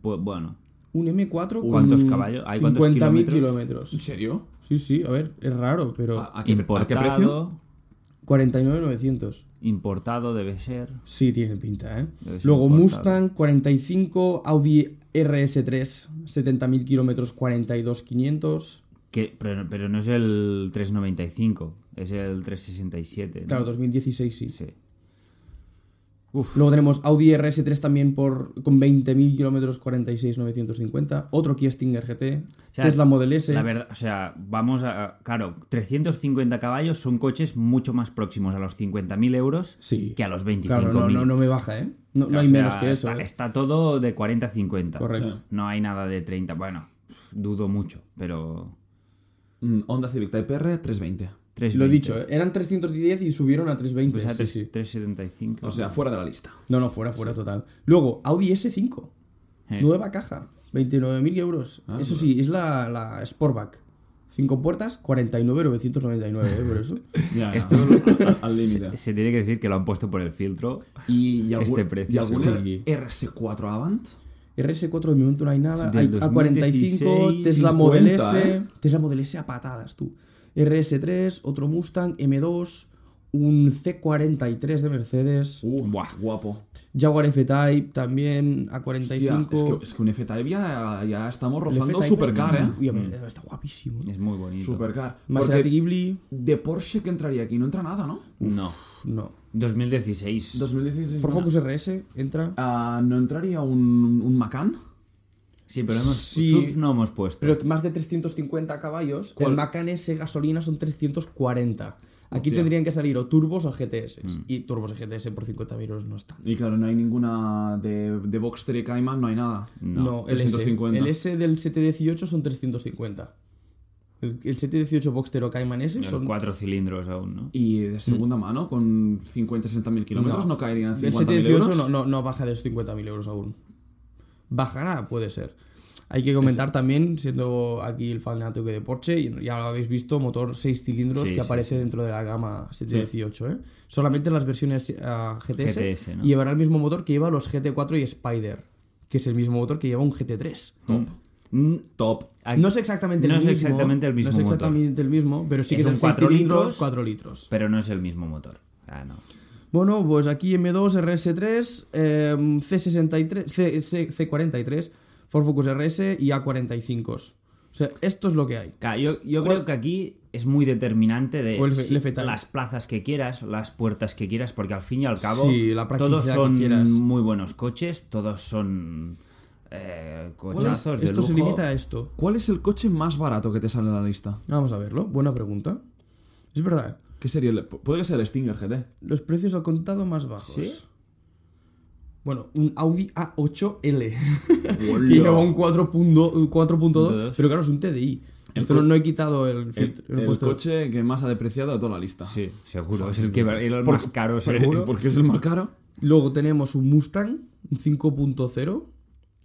Speaker 3: Pues bueno,
Speaker 2: Un M4
Speaker 3: ¿Cuántos
Speaker 2: con
Speaker 3: caballos? ¿Hay cuántos
Speaker 2: 50.000
Speaker 3: kilómetros? Ah,
Speaker 2: kilómetros.
Speaker 1: ¿En serio?
Speaker 2: Sí, sí, a ver, es raro, pero
Speaker 1: ¿A, a qué, a qué precio?
Speaker 3: importado,
Speaker 2: 49.900.
Speaker 3: importado debe ser.
Speaker 2: Sí, tiene pinta, ¿eh?
Speaker 3: Debe ser
Speaker 2: Luego
Speaker 3: importado.
Speaker 2: Mustang 45, Audi RS3, 70.000 kilómetros, 42.500.
Speaker 3: Que, pero, pero no es el 395, es el 367. ¿no?
Speaker 2: Claro, 2016 sí.
Speaker 3: Sí.
Speaker 2: Luego tenemos Audi RS3 también por, con 20.000 kilómetros, 46.950. Otro Kia Stinger GT.
Speaker 3: O sea,
Speaker 2: Tesla Model S.
Speaker 3: La verdad, o sea, vamos a. Claro, 350 caballos son coches mucho más próximos a los 50.000 euros
Speaker 2: Sí.
Speaker 3: que a los 25.000.
Speaker 2: Claro, no, no, no me baja, ¿eh? No, no
Speaker 3: O
Speaker 2: hay
Speaker 3: sea,
Speaker 2: menos que eso.
Speaker 3: Está,
Speaker 2: ¿eh?
Speaker 3: está todo de 40 a 50.
Speaker 2: Correcto.
Speaker 3: Sí. No hay nada de 30. Bueno, dudo mucho, pero.
Speaker 1: Mm, Honda Civic Type R 320.
Speaker 3: 3,
Speaker 2: Lo he dicho, ¿eh? eran 310 y subieron a 320.
Speaker 3: O sea,
Speaker 2: sí,
Speaker 3: 3-
Speaker 2: sí.
Speaker 3: 375.
Speaker 1: O sea, fuera de la lista.
Speaker 2: No, no, fuera, fuera total. Luego, Audi S5.
Speaker 3: Eh.
Speaker 2: Nueva caja. 29.000 euros.
Speaker 1: Ah,
Speaker 2: eso
Speaker 1: bueno.
Speaker 2: sí, es la, la Sportback. Cinco puertas, 49.999, ¿eh? Por eso.
Speaker 1: Ya,
Speaker 3: Esto-
Speaker 1: al- al- al límite.
Speaker 3: se, se tiene que decir que lo han puesto por el filtro.
Speaker 1: Y, y algún,
Speaker 3: Este precio,
Speaker 1: y algún
Speaker 3: sí.
Speaker 1: RS4 Avant.
Speaker 2: RS4 de momento no hay nada.
Speaker 3: Del
Speaker 2: Hay A45,
Speaker 3: 2016,
Speaker 2: Tesla Model
Speaker 1: 50,
Speaker 2: S.
Speaker 1: ¿eh?
Speaker 2: Tesla Model S a patadas, tú. RS3, otro Mustang, M2, un C43 de Mercedes.
Speaker 1: Uh,
Speaker 3: Buah.
Speaker 1: guapo.
Speaker 2: Jaguar F-Type también, A45.
Speaker 1: Hostia, es, que, es que un F-Type ya, ya estamos
Speaker 2: El
Speaker 1: rozando
Speaker 2: F-Type
Speaker 1: supercar,
Speaker 2: está-
Speaker 1: ¿eh?
Speaker 2: Uy, a ver, está guapísimo.
Speaker 3: Es muy bonito.
Speaker 1: Supercar.
Speaker 2: Maserati
Speaker 1: Porque
Speaker 2: Ghibli,
Speaker 1: de Porsche que entraría aquí no entra nada, ¿no?
Speaker 3: No.
Speaker 2: no.
Speaker 3: 2016.
Speaker 1: 2016.
Speaker 2: Ford
Speaker 1: no.
Speaker 2: Focus RS entra.
Speaker 1: Ah, ¿No entraría un, un Macan?
Speaker 3: Sí, pero hemos,
Speaker 2: Sí.
Speaker 3: subs no hemos puesto.
Speaker 2: Pero más de 350 caballos.
Speaker 1: ¿Cuál?
Speaker 2: El Macan S gasolina son 340. Aquí
Speaker 1: Hostia.
Speaker 2: tendrían que salir o turbos o GTS. Y turbos y GTS por 50.000 euros no están.
Speaker 1: Y claro, no hay ninguna de, de Boxster y Cayman, no hay nada.
Speaker 3: No,
Speaker 2: el
Speaker 1: 350.
Speaker 2: S. El S del 718 son 350. El, el 718 Boxster o Cayman S
Speaker 3: Son
Speaker 2: son...
Speaker 3: cuatro cilindros aún, ¿no?
Speaker 1: Y de segunda mano, con 50, 60 mil kilómetros, no, caerían
Speaker 2: Mm. El
Speaker 1: 50 mil
Speaker 2: 718
Speaker 1: euros.
Speaker 2: no, no, no baja de los 50.000 euros aún. Bajará, puede ser. Hay que comentar también, siendo aquí el fanático de Porsche, y ya lo habéis visto, motor 6 cilindros
Speaker 3: Sí,
Speaker 2: que
Speaker 3: sí,
Speaker 2: aparece dentro de la gama 718. ¿eh? Solamente las versiones ah, GTS,
Speaker 3: GTS, ¿no?
Speaker 2: llevará el mismo motor que lleva los GT4 y Spider, que es el mismo motor que lleva un GT3.
Speaker 3: Top. Top. Aquí-
Speaker 2: Mm, No es exactamente el
Speaker 3: No es
Speaker 2: mismo.
Speaker 3: exactamente el mismo
Speaker 2: No es
Speaker 3: motor.
Speaker 2: exactamente el mismo, pero sí que
Speaker 3: Es un
Speaker 2: son 4
Speaker 3: cuatro
Speaker 2: litros.
Speaker 3: litros.
Speaker 2: 4 litros.
Speaker 3: Pero no es el mismo motor. Ah, no.
Speaker 2: Bueno, pues aquí M2, RS3, eh, C63, C, C, 43 Ford Focus RS y A45. O sea, esto es lo que hay.
Speaker 3: Claro, yo, yo creo que aquí es muy determinante de
Speaker 2: O el-
Speaker 3: si-
Speaker 2: el fetal.
Speaker 3: las plazas que quieras, las puertas que quieras, porque al fin y al cabo
Speaker 2: Sí, la practicidad
Speaker 3: todos son
Speaker 2: que quieras.
Speaker 3: muy buenos coches, todos son eh, cochazos de
Speaker 2: esto se
Speaker 3: lujo.
Speaker 2: limita a esto.
Speaker 1: ¿Cuál es el coche más barato que te sale en la lista?
Speaker 2: Vamos a verlo. Buena pregunta. Es verdad.
Speaker 1: ¿Qué sería? el- Puede que sea el Stinger GT.
Speaker 2: Los precios al contado más bajos.
Speaker 1: ¿Sí?
Speaker 2: Bueno, un Audi A8L. que lleva un 4.2, 4.2, pero claro, es un TDI. Esto no, no he quitado el,
Speaker 1: El,
Speaker 2: filtro- no he
Speaker 1: el
Speaker 2: puesto-
Speaker 1: coche que más ha depreciado de toda la lista.
Speaker 3: Sí, seguro. Es el, que, el más caro,
Speaker 1: Porque,
Speaker 3: seguro.
Speaker 1: porque es el más caro.
Speaker 2: Luego tenemos un Mustang, un 5.0,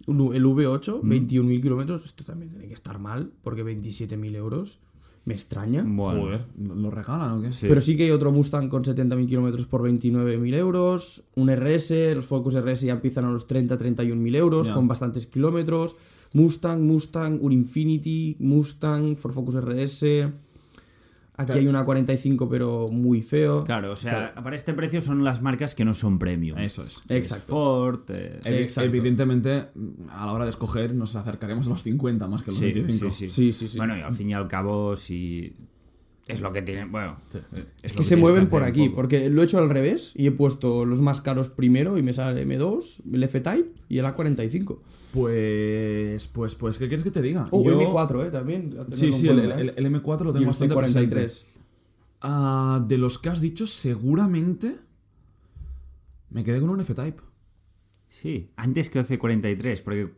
Speaker 2: un U- el V8, 21.000 kilómetros. Esto también tiene que estar mal, porque 27.000 euros. Me extraña.
Speaker 3: Bueno,
Speaker 1: ¿Lo regalan o qué?
Speaker 3: sí.
Speaker 2: Pero sí que hay otro Mustang con 70.000 kilómetros por 29.000 euros. Un RS, los Focus RS ya empiezan a los 30-31.000 euros
Speaker 1: Ya.
Speaker 2: con bastantes kilómetros. Mustang, Mustang, un Infinity, Mustang, Ford Focus RS. Aquí hay una 45 pero muy feo.
Speaker 3: Claro, o sea, para este precio son las marcas que no son premium.
Speaker 1: Eso es.
Speaker 2: Exacto.
Speaker 3: Ford. eh,
Speaker 1: Evi-
Speaker 2: Exacto.
Speaker 1: Evidentemente, a la hora de escoger, nos acercaremos a los 50 más que a los
Speaker 3: sí,
Speaker 1: 25.
Speaker 3: sí, sí.
Speaker 2: Sí, sí, sí.
Speaker 3: Bueno, y al fin y al cabo, si es lo que tienen. Bueno, es
Speaker 2: que se mueven por aquí, porque lo he hecho al revés y he puesto los más caros primero y me sale el M2, el F-Type y el A45.
Speaker 1: Pues, pues, pues, ¿qué quieres que te diga?
Speaker 2: O
Speaker 1: Yo-
Speaker 2: M4, ¿eh? También. a tenerlo
Speaker 1: Sí,
Speaker 2: en
Speaker 1: sí, el,
Speaker 2: cuenta, ¿eh?
Speaker 1: el- el M4 lo
Speaker 2: Y
Speaker 1: tengo
Speaker 2: el
Speaker 1: bastante
Speaker 2: C43.
Speaker 1: presente. Ah, de los que has dicho, seguramente me quedé con un F-Type.
Speaker 3: Sí, antes que el C43, porque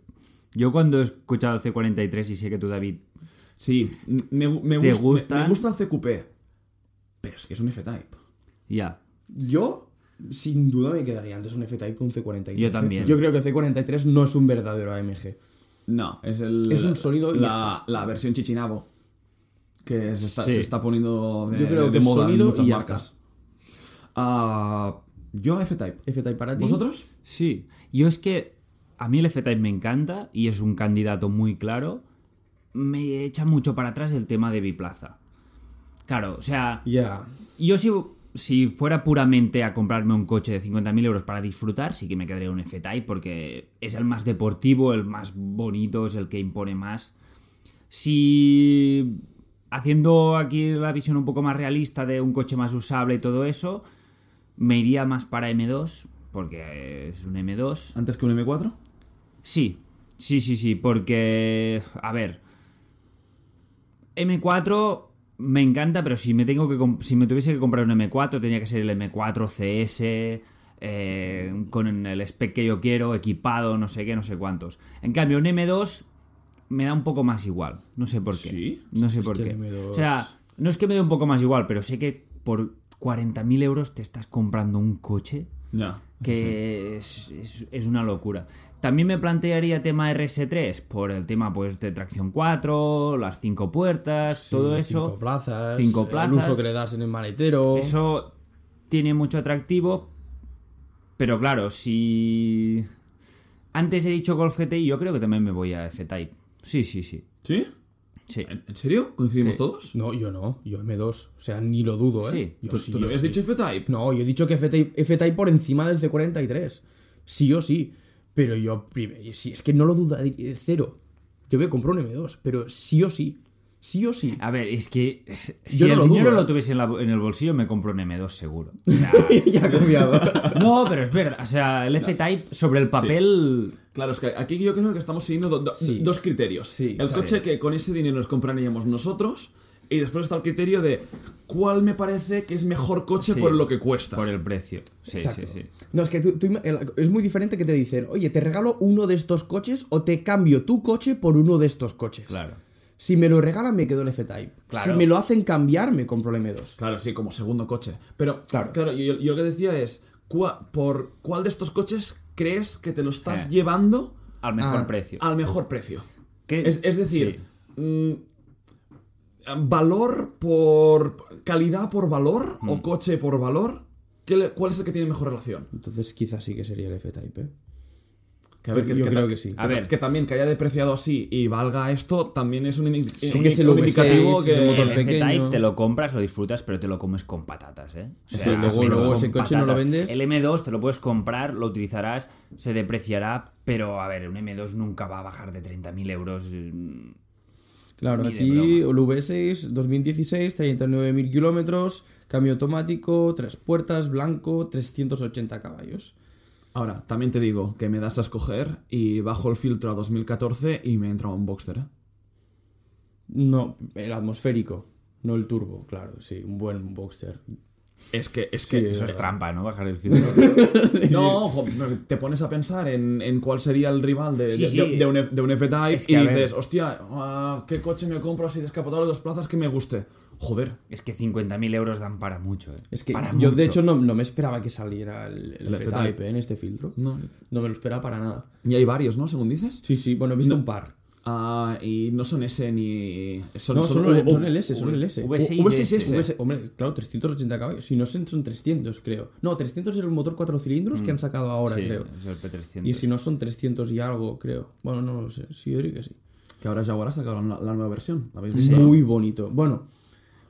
Speaker 3: yo cuando he escuchado el C43 y sé que tú, David,
Speaker 1: Sí, m- me, gu- me,
Speaker 3: ¿Te
Speaker 1: gust- me-
Speaker 3: gustan?
Speaker 1: me gusta el CQP, pero es que es un F-Type.
Speaker 3: ya.
Speaker 2: Yo, sin duda, me quedaría antes un F-Type con un C43.
Speaker 3: Yo también.
Speaker 2: eh. Yo creo que el C43 no es un verdadero AMG.
Speaker 1: No, es el.
Speaker 2: Es un sólido y ya
Speaker 1: la, la versión Chichinabo. Que se está,
Speaker 3: Sí.
Speaker 1: se está poniendo de,
Speaker 2: Yo creo
Speaker 1: de
Speaker 2: que es
Speaker 1: moda en
Speaker 2: sólido
Speaker 1: muchas
Speaker 2: y ya
Speaker 1: marcas. Ah, yo F-Type.
Speaker 2: F-Type para ti.
Speaker 1: ¿Vosotros?
Speaker 3: Sí, yo es que a mí el F-Type me encanta y es un candidato muy claro. Me echa mucho para atrás el tema de biplaza. Claro, o sea,
Speaker 2: Ya.
Speaker 3: Yo si, si fuera puramente a comprarme un coche de 50.000 euros para disfrutar, sí que me quedaría un F-Type porque es el más deportivo, el más bonito, es el que impone más. Si haciendo aquí la visión un poco más realista de un coche más usable y todo eso, me iría más para M2 porque es un M2.
Speaker 1: Antes que un M4.
Speaker 3: Sí, sí, sí, sí, porque, a ver, M4 me encanta, pero si me, tengo que, comp- si me tuviese que comprar un M4, tenía que ser el M4 CS, eh, con el spec que yo quiero, equipado, no sé qué, no sé cuántos. En cambio, un M2 me da un poco más igual, no sé por qué.
Speaker 1: ¿Sí?
Speaker 3: No sé por
Speaker 2: que
Speaker 3: qué.
Speaker 2: el M2.
Speaker 3: O sea, no es que me dé un poco más igual, pero sé que por 40.000 euros te estás comprando un coche
Speaker 1: Ya.
Speaker 3: que es, es- es una locura. También me plantearía tema RS3 por el tema pues de tracción 4, las 5 puertas, todo
Speaker 2: Sí,
Speaker 3: eso.
Speaker 2: Cinco plazas.
Speaker 3: Cinco
Speaker 2: El
Speaker 3: plazas.
Speaker 2: uso que le das en el maletero.
Speaker 3: Eso tiene mucho atractivo, pero claro, si antes he dicho Golf GTI, yo creo que también me voy a F-Type. Sí, sí, sí.
Speaker 1: ¿Sí?
Speaker 3: Sí.
Speaker 1: ¿En en serio? ¿Coincidimos
Speaker 3: Sí.
Speaker 1: todos? Pues
Speaker 2: No, yo no. Yo M2. O sea, ni lo dudo, ¿eh?
Speaker 3: Sí.
Speaker 2: Yo
Speaker 1: ¿Tú,
Speaker 2: sí,
Speaker 1: tú no
Speaker 2: yo
Speaker 1: habías
Speaker 2: sí.
Speaker 1: dicho F-Type?
Speaker 2: No, yo he dicho que F-Type F-Type por encima del C43. Sí o sí. Pero yo, prim- sí, es que no lo dudaría, es cero. Yo me compro un M2, pero sí o sí. Sí o sí.
Speaker 3: A ver, es que si
Speaker 2: Yo no
Speaker 3: el
Speaker 2: lo dudo,
Speaker 3: dinero
Speaker 2: ¿eh?
Speaker 3: lo tuviese en, la- en el bolsillo, me compro un M2 seguro. O sea,
Speaker 2: ya ha cambiado.
Speaker 3: no, pero es verdad. O sea, el F-Type sobre el papel
Speaker 1: Claro, es que aquí yo creo que estamos siguiendo do- do-
Speaker 2: Sí.
Speaker 1: dos criterios.
Speaker 2: Sí,
Speaker 1: el
Speaker 2: sí.
Speaker 1: coche que con ese dinero nos compraríamos nosotros y después está el criterio de cuál me parece que es mejor coche
Speaker 3: Sí.
Speaker 1: por lo que cuesta.
Speaker 3: por el precio. Sí,
Speaker 2: Exacto.
Speaker 3: sí, sí.
Speaker 2: No, es que tú, tú ima- el- es muy diferente que te dicen, oye, te regalo uno de estos coches o te cambio tu coche por uno de estos coches.
Speaker 3: Claro.
Speaker 2: Si me lo regalan, me quedo el F-Type.
Speaker 3: Claro.
Speaker 2: Si me lo hacen cambiar, me compro el M2.
Speaker 1: Claro, sí, como segundo coche. Pero,
Speaker 2: Claro.
Speaker 1: claro, yo, yo lo que decía es, ¿cuá- ¿por cuál de estos coches crees que te lo estás
Speaker 3: Eh.
Speaker 1: llevando
Speaker 3: Al mejor
Speaker 2: Ah.
Speaker 3: precio.
Speaker 1: al mejor precio?
Speaker 2: Eh,
Speaker 3: Que-
Speaker 1: Es, es decir, mm, valor por... calidad por valor
Speaker 2: Mm.
Speaker 1: o coche por valor, ¿qué le- ¿cuál es el que tiene mejor relación?
Speaker 2: Entonces quizás sí que sería el F-Type, ¿eh?
Speaker 1: Que a ver, que-
Speaker 2: yo
Speaker 1: que
Speaker 2: creo
Speaker 1: ta-
Speaker 2: que sí.
Speaker 1: ta-
Speaker 3: A ver.
Speaker 1: Que también que haya depreciado así y valga esto, también es un, indi-
Speaker 2: Sí,
Speaker 1: un-
Speaker 2: que es el
Speaker 1: un
Speaker 2: V6,
Speaker 1: indicativo
Speaker 2: es
Speaker 1: que...
Speaker 2: un motor
Speaker 3: el
Speaker 2: pequeño.
Speaker 3: Z-Type te lo compras, lo disfrutas, pero te lo comes con patatas, ¿eh? O
Speaker 2: Sí, luego-
Speaker 3: pero
Speaker 2: luego
Speaker 3: con
Speaker 2: ese coche no lo
Speaker 3: patatas.
Speaker 2: vendes.
Speaker 3: El M2 te lo puedes comprar, lo utilizarás, se depreciará, pero a ver, un M2 nunca va a bajar de 30.000 euros. mm,
Speaker 2: Claro,
Speaker 3: Ni de
Speaker 2: aquí el V6 2016, 39.000 kilómetros, cambio automático, tres puertas, blanco, 380 caballos.
Speaker 1: Ahora, también te digo que me das a escoger y bajo el filtro a 2014 y me entra un Boxster. ¿eh?
Speaker 2: No, el atmosférico, no el turbo, claro, sí, un buen boxer.
Speaker 1: Es que, es que...
Speaker 2: eh.
Speaker 3: Eso es trampa, ¿no? Bajar el filtro.
Speaker 1: No, jo, pero te pones a pensar en, en cuál sería el rival de,
Speaker 3: Sí,
Speaker 1: de-
Speaker 3: sí.
Speaker 1: de- de un, F- de un F-Type
Speaker 3: Es que,
Speaker 1: y
Speaker 3: a ver.
Speaker 1: dices, hostia, ah, ¿qué coche me compro así descapotable de dos plazas que me guste? Joder,
Speaker 3: es que 50.000 euros dan para mucho, ¿eh?
Speaker 2: Es que
Speaker 3: Para
Speaker 2: yo de
Speaker 3: mucho.
Speaker 2: hecho no, no me esperaba que saliera el, el
Speaker 1: El
Speaker 2: F-Type
Speaker 1: F-Type.
Speaker 2: eh, en este filtro.
Speaker 1: no.
Speaker 2: No me lo esperaba para nada.
Speaker 1: Y hay varios, ¿no? Según dices.
Speaker 2: Sí, sí, bueno, he visto un par.
Speaker 1: Ah, y no son S ni... Son,
Speaker 2: No, son, el-
Speaker 1: U-
Speaker 2: son el S, son el S.
Speaker 3: V6S.
Speaker 1: V6S.
Speaker 2: V6, hombre, claro, 380 caballos. Si no son son 300, creo. No, 300 era el motor cuatro cilindros que han sacado ahora,
Speaker 3: Sí,
Speaker 2: creo.
Speaker 3: es el P300.
Speaker 2: Y si no son 300 y algo, creo. Bueno, no lo sé. Sí, yo diría que sí.
Speaker 1: Que ahora Jaguar ha sacado la, la nueva versión. ¿la habéis visto?
Speaker 2: Muy bonito. Bueno,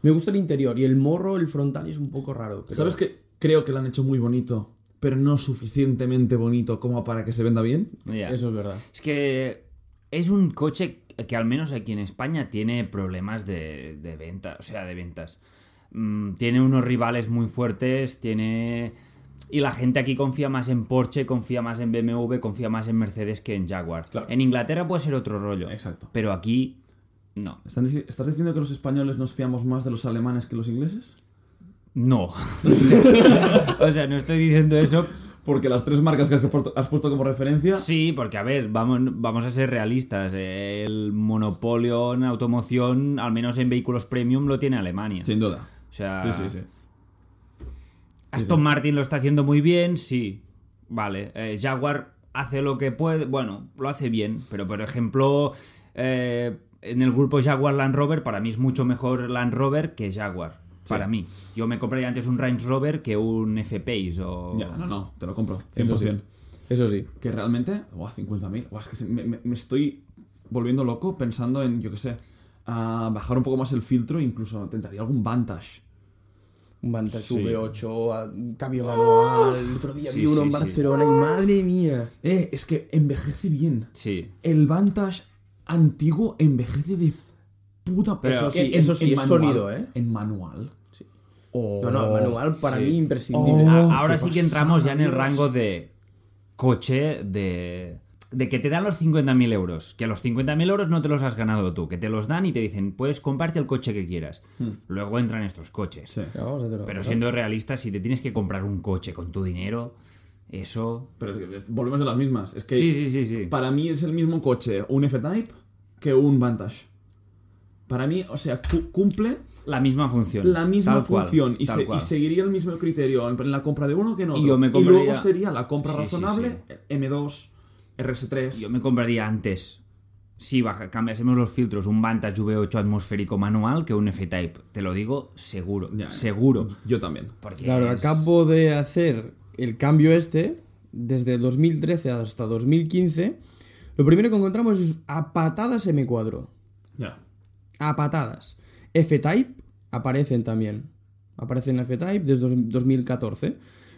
Speaker 2: me gusta el interior y el morro, el frontal es un poco raro. pero-
Speaker 1: ¿Sabes qué? Creo que lo han hecho muy bonito, pero no suficientemente bonito como para que se venda bien.
Speaker 3: Ya.
Speaker 2: Eso es verdad.
Speaker 3: Es que es un coche que al menos aquí en España tiene problemas de, de venta, o sea, de ventas. Mm, tiene unos rivales muy fuertes, tiene... Y la gente aquí confía más en Porsche, confía más en BMW, confía más en Mercedes que en Jaguar.
Speaker 1: Claro.
Speaker 3: En Inglaterra puede ser otro rollo.
Speaker 1: Exacto.
Speaker 3: Pero aquí, no.
Speaker 1: ¿Están dici- ¿Estás diciendo que los españoles nos fiamos más de los alemanes que los ingleses?
Speaker 3: No. o, sea, o sea, no estoy diciendo eso.
Speaker 1: Porque las tres marcas que has puesto, has puesto como referencia...
Speaker 3: Sí, porque a ver, vamos, vamos a ser realistas. El monopolio en automoción, al menos en vehículos premium, lo tiene Alemania.
Speaker 1: Sin duda.
Speaker 3: O sea,
Speaker 2: Ah.
Speaker 1: Sí, sí, sí.
Speaker 3: Aston Martin lo está haciendo muy bien, sí. Vale, eh, Jaguar hace lo que puede, bueno, lo hace bien, pero por ejemplo, eh, en el grupo Jaguar Land Rover, para mí es mucho mejor Land Rover que Jaguar. Para mí. Yo me compraría antes un Range Rover que un F-Pace o...
Speaker 1: Ya, no, no, te lo compro. 100%.
Speaker 2: Eso sí. Eso sí.
Speaker 1: Que realmente, guau, 50.000. Guau, es que se- me, me- me estoy volviendo loco pensando en, yo qué sé, ah, bajar un poco más el filtro, incluso tentaría algún Vantage.
Speaker 2: Un Vantage
Speaker 3: Sí.
Speaker 2: V8, a- un cambio manual. El otro día
Speaker 3: Sí,
Speaker 2: vi uno
Speaker 3: sí,
Speaker 2: en
Speaker 3: sí.
Speaker 2: Barcelona y madre mía.
Speaker 1: Eh, es que envejece bien.
Speaker 3: Sí.
Speaker 1: El Vantage antiguo envejece de puta
Speaker 3: Pero
Speaker 1: persona.
Speaker 2: eso sí, eso sí, es sonido, ¿eh?
Speaker 1: En manual.
Speaker 2: No, no, manual para
Speaker 3: Oh. sí.
Speaker 2: mí imprescindible.
Speaker 1: Oh.
Speaker 3: A- Ahora
Speaker 1: qué
Speaker 3: sí que
Speaker 1: pasada,
Speaker 3: entramos ya en el
Speaker 1: Dios.
Speaker 3: rango de coche de... De que te dan los 50.000 euros. Que los 50.000 euros no te los has ganado tú. Que te los dan y te dicen, puedes comprarte el coche que quieras. Luego entran estos coches.
Speaker 1: Hmm. Sí.
Speaker 2: Ya, vamos a hacerlo.
Speaker 3: Pero siendo realistas, si te tienes que comprar un coche con tu dinero, eso...
Speaker 1: Pero es que es- volvemos a las mismas. Es que
Speaker 3: Sí, sí, sí, sí.
Speaker 1: para mí es el mismo coche, un F-Type, que un Vantage. Para mí, o sea, cu- cumple
Speaker 3: La misma función.
Speaker 1: la misma
Speaker 3: tal cual,
Speaker 1: función y,
Speaker 3: tal
Speaker 1: se- y
Speaker 3: cual.
Speaker 1: seguiría el mismo criterio en en la compra de uno que no
Speaker 3: Y yo me compraría-
Speaker 1: luego sería la compra
Speaker 3: Sí, sí,
Speaker 1: razonable M2 RS3
Speaker 3: Yo me compraría antes, si baja, cambiásemos los filtros, un Vantage V8 atmosférico manual que un F-Type. Te lo digo seguro,
Speaker 1: Ya. Mm.
Speaker 3: seguro.
Speaker 1: Yo también
Speaker 3: Porque
Speaker 2: Claro,
Speaker 3: es-
Speaker 2: acabo de hacer el cambio este desde 2013 hasta 2015. Lo primero que encontramos es a patadas M4.
Speaker 1: ya
Speaker 2: A patadas. F-Type aparecen también. Aparecen F-Type desde dos- 2014.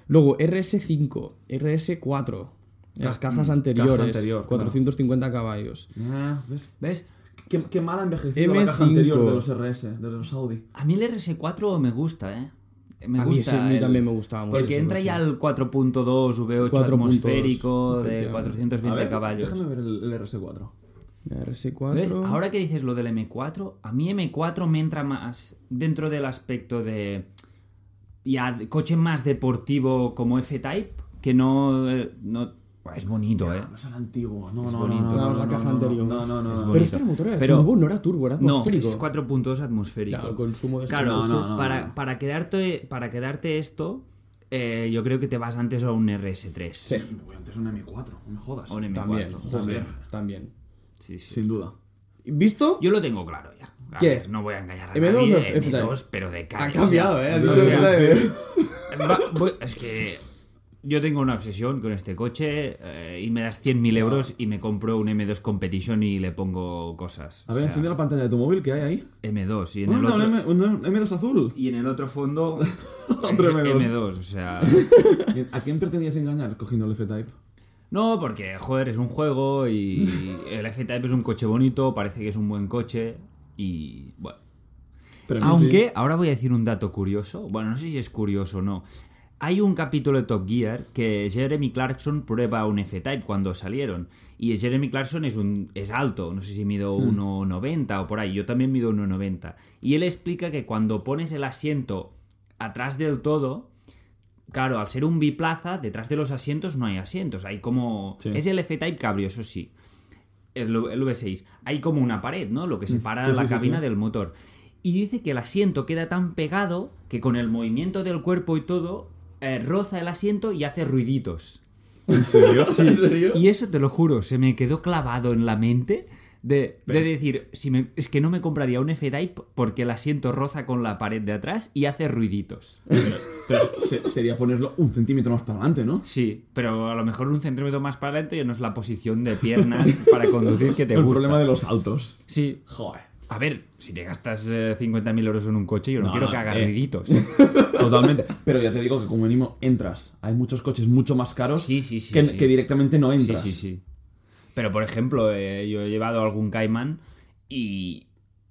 Speaker 2: Luego RS5, RS4. Las
Speaker 1: Ca-
Speaker 2: cajas
Speaker 1: mm,
Speaker 2: anteriores.
Speaker 1: caja anterior,
Speaker 2: 450 caballos.
Speaker 1: Ya, ¿ves?
Speaker 3: ¿Ves?
Speaker 1: Qué, qué mal ha envejecido la caja
Speaker 2: M5.
Speaker 1: anterior de los RS de los Audi
Speaker 3: A mí el RS4 me gusta, ¿eh? Me
Speaker 2: A mí
Speaker 3: gusta.
Speaker 2: ese- a mí
Speaker 3: el-
Speaker 2: también me gustaba mucho
Speaker 3: Porque
Speaker 2: ese
Speaker 3: entra
Speaker 2: coche.
Speaker 3: ya el 4.2 V8
Speaker 2: 4.2,
Speaker 3: atmosférico de
Speaker 2: efectivamente.
Speaker 3: 420
Speaker 1: A ver,
Speaker 3: caballos.
Speaker 1: déjame ver el, el RS4
Speaker 2: RS4.
Speaker 3: ¿Ves? Ahora que dices lo del M4, a mí M4 me entra más dentro del aspecto de. Ya, de coche más deportivo como F-Type, que no. eh, no Buah, es bonito, ¿eh?
Speaker 1: no Ah, es el antiguo no
Speaker 3: Es
Speaker 1: no,
Speaker 3: bonito.
Speaker 1: no no
Speaker 2: Vamos,
Speaker 1: no,
Speaker 2: la
Speaker 1: no,
Speaker 2: caja
Speaker 1: no,
Speaker 2: anterior.
Speaker 1: no no no
Speaker 3: Es
Speaker 1: no.
Speaker 3: bonito.
Speaker 2: Pero este era motor, era
Speaker 3: Pero-
Speaker 2: turbo, no era turbo, era
Speaker 3: No,
Speaker 2: atmosférico.
Speaker 3: es 4.2 atmosférico.
Speaker 2: Claro, el consumo de este
Speaker 3: Claro,
Speaker 2: coche
Speaker 1: no, no, no,
Speaker 3: para,
Speaker 1: no.
Speaker 3: Para, quedarte, para quedarte esto, eh, yo creo que te vas antes a un RS3.
Speaker 1: Sí, me voy antes a un M4 no me jodas
Speaker 3: A un M4.
Speaker 2: También,
Speaker 1: joder.
Speaker 2: también.
Speaker 3: Sí, sí.
Speaker 1: sin duda
Speaker 2: ¿Visto?
Speaker 3: Yo lo tengo claro ya. A
Speaker 2: ¿Qué?
Speaker 3: ver, no voy a engañar a
Speaker 2: ¿M2
Speaker 3: nadie.
Speaker 2: o F-
Speaker 3: M2, pero de cara.
Speaker 2: Ha cambiado,
Speaker 3: o sea,
Speaker 2: eh. Ha
Speaker 3: o
Speaker 2: dicho
Speaker 3: sea,
Speaker 2: que era de-
Speaker 3: va- voy- es que yo tengo una obsesión con este coche eh, y me das 100.000 euros y me compro un M2 Competition y le pongo cosas.
Speaker 1: A
Speaker 3: O
Speaker 1: ver,
Speaker 3: sea,
Speaker 1: enciende la pantalla de tu móvil que hay ahí.
Speaker 3: M2 y en, el
Speaker 1: Bueno,
Speaker 3: otro,
Speaker 1: un, M, un M2 azul.
Speaker 3: y en el otro fondo
Speaker 1: Otro M2.
Speaker 3: o sea...
Speaker 1: ¿A quién pretendías engañar cogiendo el F-Type?
Speaker 3: No, porque, joder, es un juego y el F-Type es un coche bonito, parece que es un buen coche y... Bueno.
Speaker 1: Pero
Speaker 3: Aunque, ahora voy a decir un dato curioso. Bueno, no sé si es curioso o no. Hay un capítulo de Top Gear que Jeremy Clarkson prueba un F-Type cuando salieron. Y Jeremy Clarkson es, un, es alto, no sé si mido
Speaker 1: Hmm.
Speaker 3: 1,90 o por ahí. Yo también mido 1,90. Y él explica que cuando pones el asiento atrás del todo, claro, al ser un biplaza, detrás de los asientos no hay asientos. Hay como.
Speaker 1: Sí.
Speaker 3: Es el F-Type cabrio, eso sí el, el V6, hay como una pared, ¿no? Lo que separa
Speaker 1: Mm. sí,
Speaker 3: la
Speaker 1: sí, sí,
Speaker 3: cabina
Speaker 1: sí.
Speaker 3: del motor. Y dice que el asiento queda tan pegado que con el movimiento del cuerpo y todo, eh, roza el asiento y hace ruiditos.
Speaker 1: ¿En serio?
Speaker 2: ¿En serio?
Speaker 3: Y eso te lo juro, se me quedó clavado en la mente de, de decir, si me- es que no me compraría un F-Type porque el asiento roza con la pared de atrás y hace ruiditos.
Speaker 1: Pero se- sería ponerlo un centímetro más para adelante, ¿no?
Speaker 3: Sí, pero a lo mejor un centímetro más para adelante ya no es la posición de piernas para conducir que te
Speaker 1: el
Speaker 3: gusta.
Speaker 1: problema de los altos.
Speaker 3: Sí,
Speaker 1: Joder.
Speaker 3: A ver, si te gastas eh, 50.000 euros en un coche, yo no,
Speaker 1: No,
Speaker 3: quiero
Speaker 1: no,
Speaker 3: que haga
Speaker 1: eh.
Speaker 3: ruiditos.
Speaker 1: Totalmente. Pero ya te digo que como mínimo entras. Hay muchos coches mucho más caros
Speaker 3: Sí, sí, sí,
Speaker 1: que,
Speaker 3: sí.
Speaker 1: que directamente no
Speaker 3: Sí,
Speaker 1: entras.
Speaker 3: sí, sí. Pero, por ejemplo, eh, yo he llevado algún Cayman y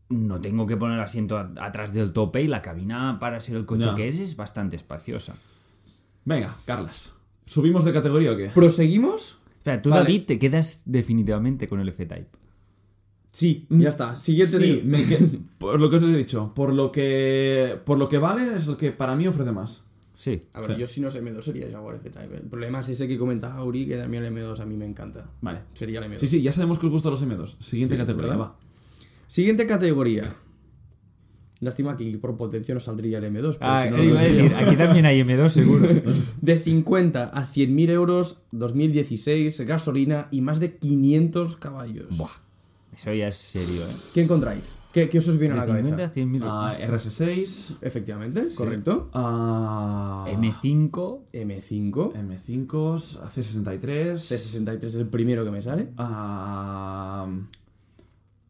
Speaker 3: no tengo que poner el asiento a- atrás del tope y la cabina para ser el coche
Speaker 1: Ya.
Speaker 3: que es es bastante espaciosa.
Speaker 1: Venga, Carlas. ¿Subimos de categoría o qué?
Speaker 2: ¿Proseguimos?
Speaker 3: Espera, tú,
Speaker 2: Vale.
Speaker 3: David, te quedas definitivamente con el F-Type.
Speaker 2: Sí, ya está. Siguiente.
Speaker 1: Sí,
Speaker 2: del-
Speaker 1: me que- por lo que os he dicho, por lo que por lo que vale es lo que para mí ofrece más.
Speaker 3: Sí.
Speaker 2: A ver, yo si no sé M2 sería Jaguar F-Type. El problema es ese que comentaba Auri, que también el M2 a mí me encanta.
Speaker 1: Vale.
Speaker 2: Sería el M2.
Speaker 1: Sí, sí, ya sabemos que os gustan los M2. Siguiente
Speaker 2: Sí,
Speaker 1: categoría,
Speaker 2: ¿verdad?
Speaker 1: va.
Speaker 2: Siguiente categoría. Lástima que por potencia no saldría el M2. pero
Speaker 3: Ah,
Speaker 2: si no,
Speaker 3: eh,
Speaker 2: lo
Speaker 3: iba a
Speaker 2: consigo.
Speaker 3: decir, aquí también hay M2, seguro.
Speaker 2: De 50 a 100.000 euros, 2016, gasolina y más de 500 caballos.
Speaker 3: Eso ya es serio, ¿eh?
Speaker 2: ¿Qué encontráis? ¿Qué, qué os viene a la
Speaker 3: De 50 a
Speaker 2: cabeza?
Speaker 3: 100.000
Speaker 1: Ah, RS6.
Speaker 2: Efectivamente, correcto.
Speaker 1: ah,
Speaker 3: M5.
Speaker 2: M5.
Speaker 1: M5, C63.
Speaker 2: C63 es el primero que me sale.
Speaker 1: ah,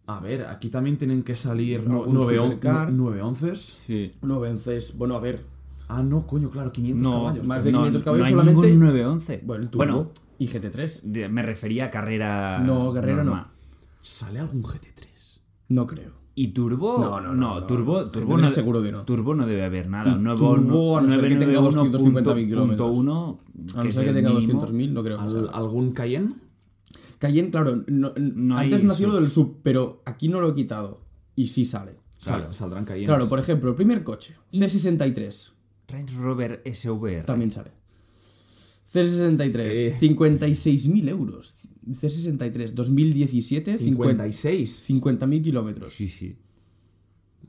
Speaker 1: a ver, aquí también tienen que salir no-
Speaker 2: Algún
Speaker 1: nueve on-
Speaker 2: supercar.
Speaker 1: nueve onces.
Speaker 3: Sí.
Speaker 2: No vences. Bueno, a ver.
Speaker 1: Ah, no, coño, claro, 500 caballos.
Speaker 2: más
Speaker 1: Más
Speaker 2: de
Speaker 1: de...
Speaker 3: no,
Speaker 2: 500 caballos
Speaker 3: no hay
Speaker 2: solamente-
Speaker 3: ningún 911.
Speaker 2: Bueno, el turbo
Speaker 3: bueno,
Speaker 2: y GT3.
Speaker 3: de- me refería a carrera.
Speaker 2: No, carrera no.
Speaker 1: ¿Sale algún GT3?
Speaker 2: No creo.
Speaker 3: ¿Y turbo?
Speaker 2: No, no, no, no.
Speaker 3: turbo,
Speaker 2: Te
Speaker 3: turbo
Speaker 2: diré
Speaker 3: no,
Speaker 2: seguro que no.
Speaker 3: Turbo no debe haber nada.
Speaker 2: Y
Speaker 3: Un nuevo
Speaker 2: turbo, a no ser que tenga 250.000
Speaker 3: 1,
Speaker 2: A no ser que tenga 200.000, no creo. que
Speaker 1: ¿Al-
Speaker 2: salga.
Speaker 1: ¿Algún Cayenne?
Speaker 2: Cayenne, claro, no-
Speaker 3: No hay
Speaker 2: antes nació lo
Speaker 3: subs.
Speaker 2: del sub, pero aquí no lo he quitado. Y sí sale.
Speaker 1: Sal-
Speaker 3: Claro.
Speaker 1: Saldrán Cayennes.
Speaker 2: Claro, por ejemplo, el primer coche, C63,
Speaker 3: Range Rover SVR.
Speaker 2: también sale. C63,
Speaker 1: Eh.
Speaker 2: 56.000 euros. C63, 2017, 50
Speaker 1: 56.
Speaker 2: 50.000 kilómetros.
Speaker 3: Sí, sí.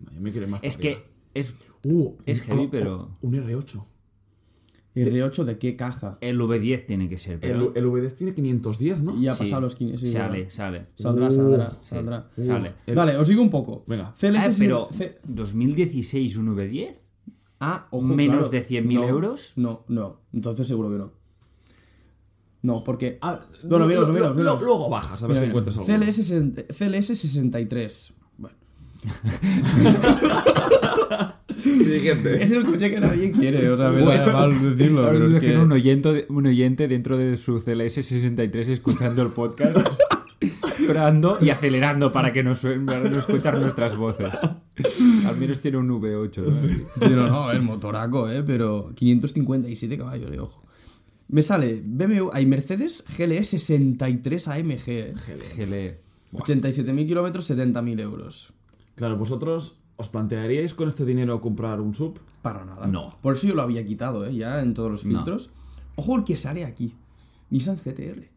Speaker 1: No, yo me quiero ir más
Speaker 3: Es
Speaker 1: para
Speaker 3: que
Speaker 1: arriba.
Speaker 3: es
Speaker 1: Uh,
Speaker 3: es
Speaker 1: un-
Speaker 3: heavy,
Speaker 1: oh, oh,
Speaker 3: pero-
Speaker 1: Un R8.
Speaker 2: R8, ¿de qué caja?
Speaker 3: el V10 tiene que ser, pero
Speaker 1: El, el V10 tiene 510, ¿no?
Speaker 2: Y ha
Speaker 3: Sí,
Speaker 2: pasado los 15. sí,
Speaker 3: sale,
Speaker 2: bueno.
Speaker 3: sale.
Speaker 2: Saldrá,
Speaker 1: Uh,
Speaker 2: saldrá,
Speaker 1: sí.
Speaker 2: saldrá.
Speaker 3: Uh, sale.
Speaker 1: el-
Speaker 2: Vale, os digo un poco.
Speaker 1: Venga.
Speaker 3: Ah,
Speaker 2: CLS,
Speaker 3: pero
Speaker 2: C-
Speaker 3: 2016 un V10
Speaker 2: Ah, ojo,
Speaker 3: menos
Speaker 2: claro.
Speaker 3: de 100.000
Speaker 2: No,
Speaker 3: euros.
Speaker 2: No, no. Entonces seguro que no. No, porque.
Speaker 1: Ah,
Speaker 2: Bueno,
Speaker 1: lo-
Speaker 2: mira,
Speaker 1: lo-
Speaker 2: mira,
Speaker 1: lo-
Speaker 2: mira.
Speaker 1: lo- Luego bajas a ver
Speaker 2: Mira,
Speaker 1: si
Speaker 2: mira,
Speaker 1: encuentras algo.
Speaker 2: CLS, 60 CLS 63. Bueno.
Speaker 1: Siguiente.
Speaker 2: Es el coche que nadie quiere, o sea, me
Speaker 3: Bueno.
Speaker 2: da mal decirlo.
Speaker 3: Ahora
Speaker 2: pero
Speaker 3: me
Speaker 2: es
Speaker 3: imagino
Speaker 2: que-
Speaker 3: un, oyente, un oyente dentro de su CLS63 escuchando el podcast, llorando y acelerando para que no, suen- para no escuchar nuestras voces. Al menos tiene un V8. ¿no?
Speaker 2: Pero no, a ver, motoraco, eh, pero 557 caballos, de ojo. Me sale BMW, hay Mercedes GLE 63 AMG, eh.
Speaker 3: Gele.
Speaker 2: 87.000 kilómetros, 70.000 euros.
Speaker 1: Claro, vosotros os plantearíais con este dinero comprar un sub.
Speaker 2: Para nada.
Speaker 3: No.
Speaker 2: Por eso yo lo había quitado, eh, ya en todos los
Speaker 3: No.
Speaker 2: filtros. Ojo el que sale aquí. Nissan GTR.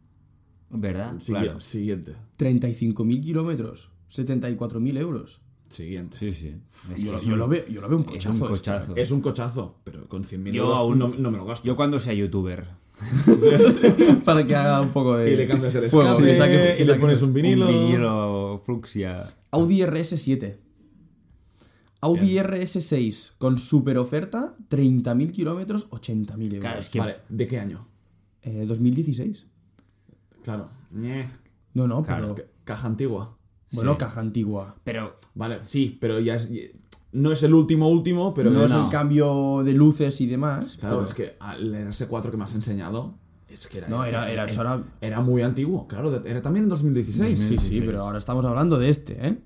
Speaker 3: ¿Verdad?
Speaker 1: Sigui-
Speaker 3: Claro.
Speaker 1: Siguiente.
Speaker 2: 35.000 kilómetros, 74.000 euros.
Speaker 1: Siguiente.
Speaker 3: Sí, sí. Es que
Speaker 2: yo, lo-
Speaker 3: es
Speaker 2: yo
Speaker 3: un-
Speaker 2: lo veo, yo lo veo un
Speaker 3: es
Speaker 2: cochazo.
Speaker 3: un
Speaker 2: esto, eh.
Speaker 3: cochazo.
Speaker 1: Es un cochazo, pero con 100.000
Speaker 3: Yo
Speaker 1: euros
Speaker 3: aún-
Speaker 1: no, no me lo gasto.
Speaker 3: Yo cuando sea youtuber.
Speaker 2: para que haga un poco de
Speaker 1: Y le cambias el
Speaker 2: fuego,
Speaker 1: escape,
Speaker 2: sí, saque- que
Speaker 1: y le
Speaker 2: saque-
Speaker 1: pones un vinilo.
Speaker 3: Un vinilo, fluxia.
Speaker 2: Audi RS7 Audi RS6 con super oferta, 30.000 kilómetros, 80.000 euros.
Speaker 3: Claro, es que
Speaker 1: Vale, ¿de qué año?
Speaker 2: Eh, 2016.
Speaker 1: Claro.
Speaker 2: No, no,
Speaker 1: Es
Speaker 2: claro.
Speaker 1: que- Caja antigua.
Speaker 2: Bueno,
Speaker 3: Sí.
Speaker 2: caja antigua.
Speaker 3: Pero
Speaker 1: Vale, sí, pero ya es. y- No es el último último, pero
Speaker 2: no
Speaker 1: es.
Speaker 2: es el cambio de luces y demás.
Speaker 1: Claro,
Speaker 2: pero-
Speaker 1: es que al RS4 que me has enseñado. Es que era.
Speaker 2: No, era, era, eso era-
Speaker 1: era muy antiguo, claro. de- Era también en 2016.
Speaker 2: Sí, sí, pero ahora estamos hablando de este, ¿eh?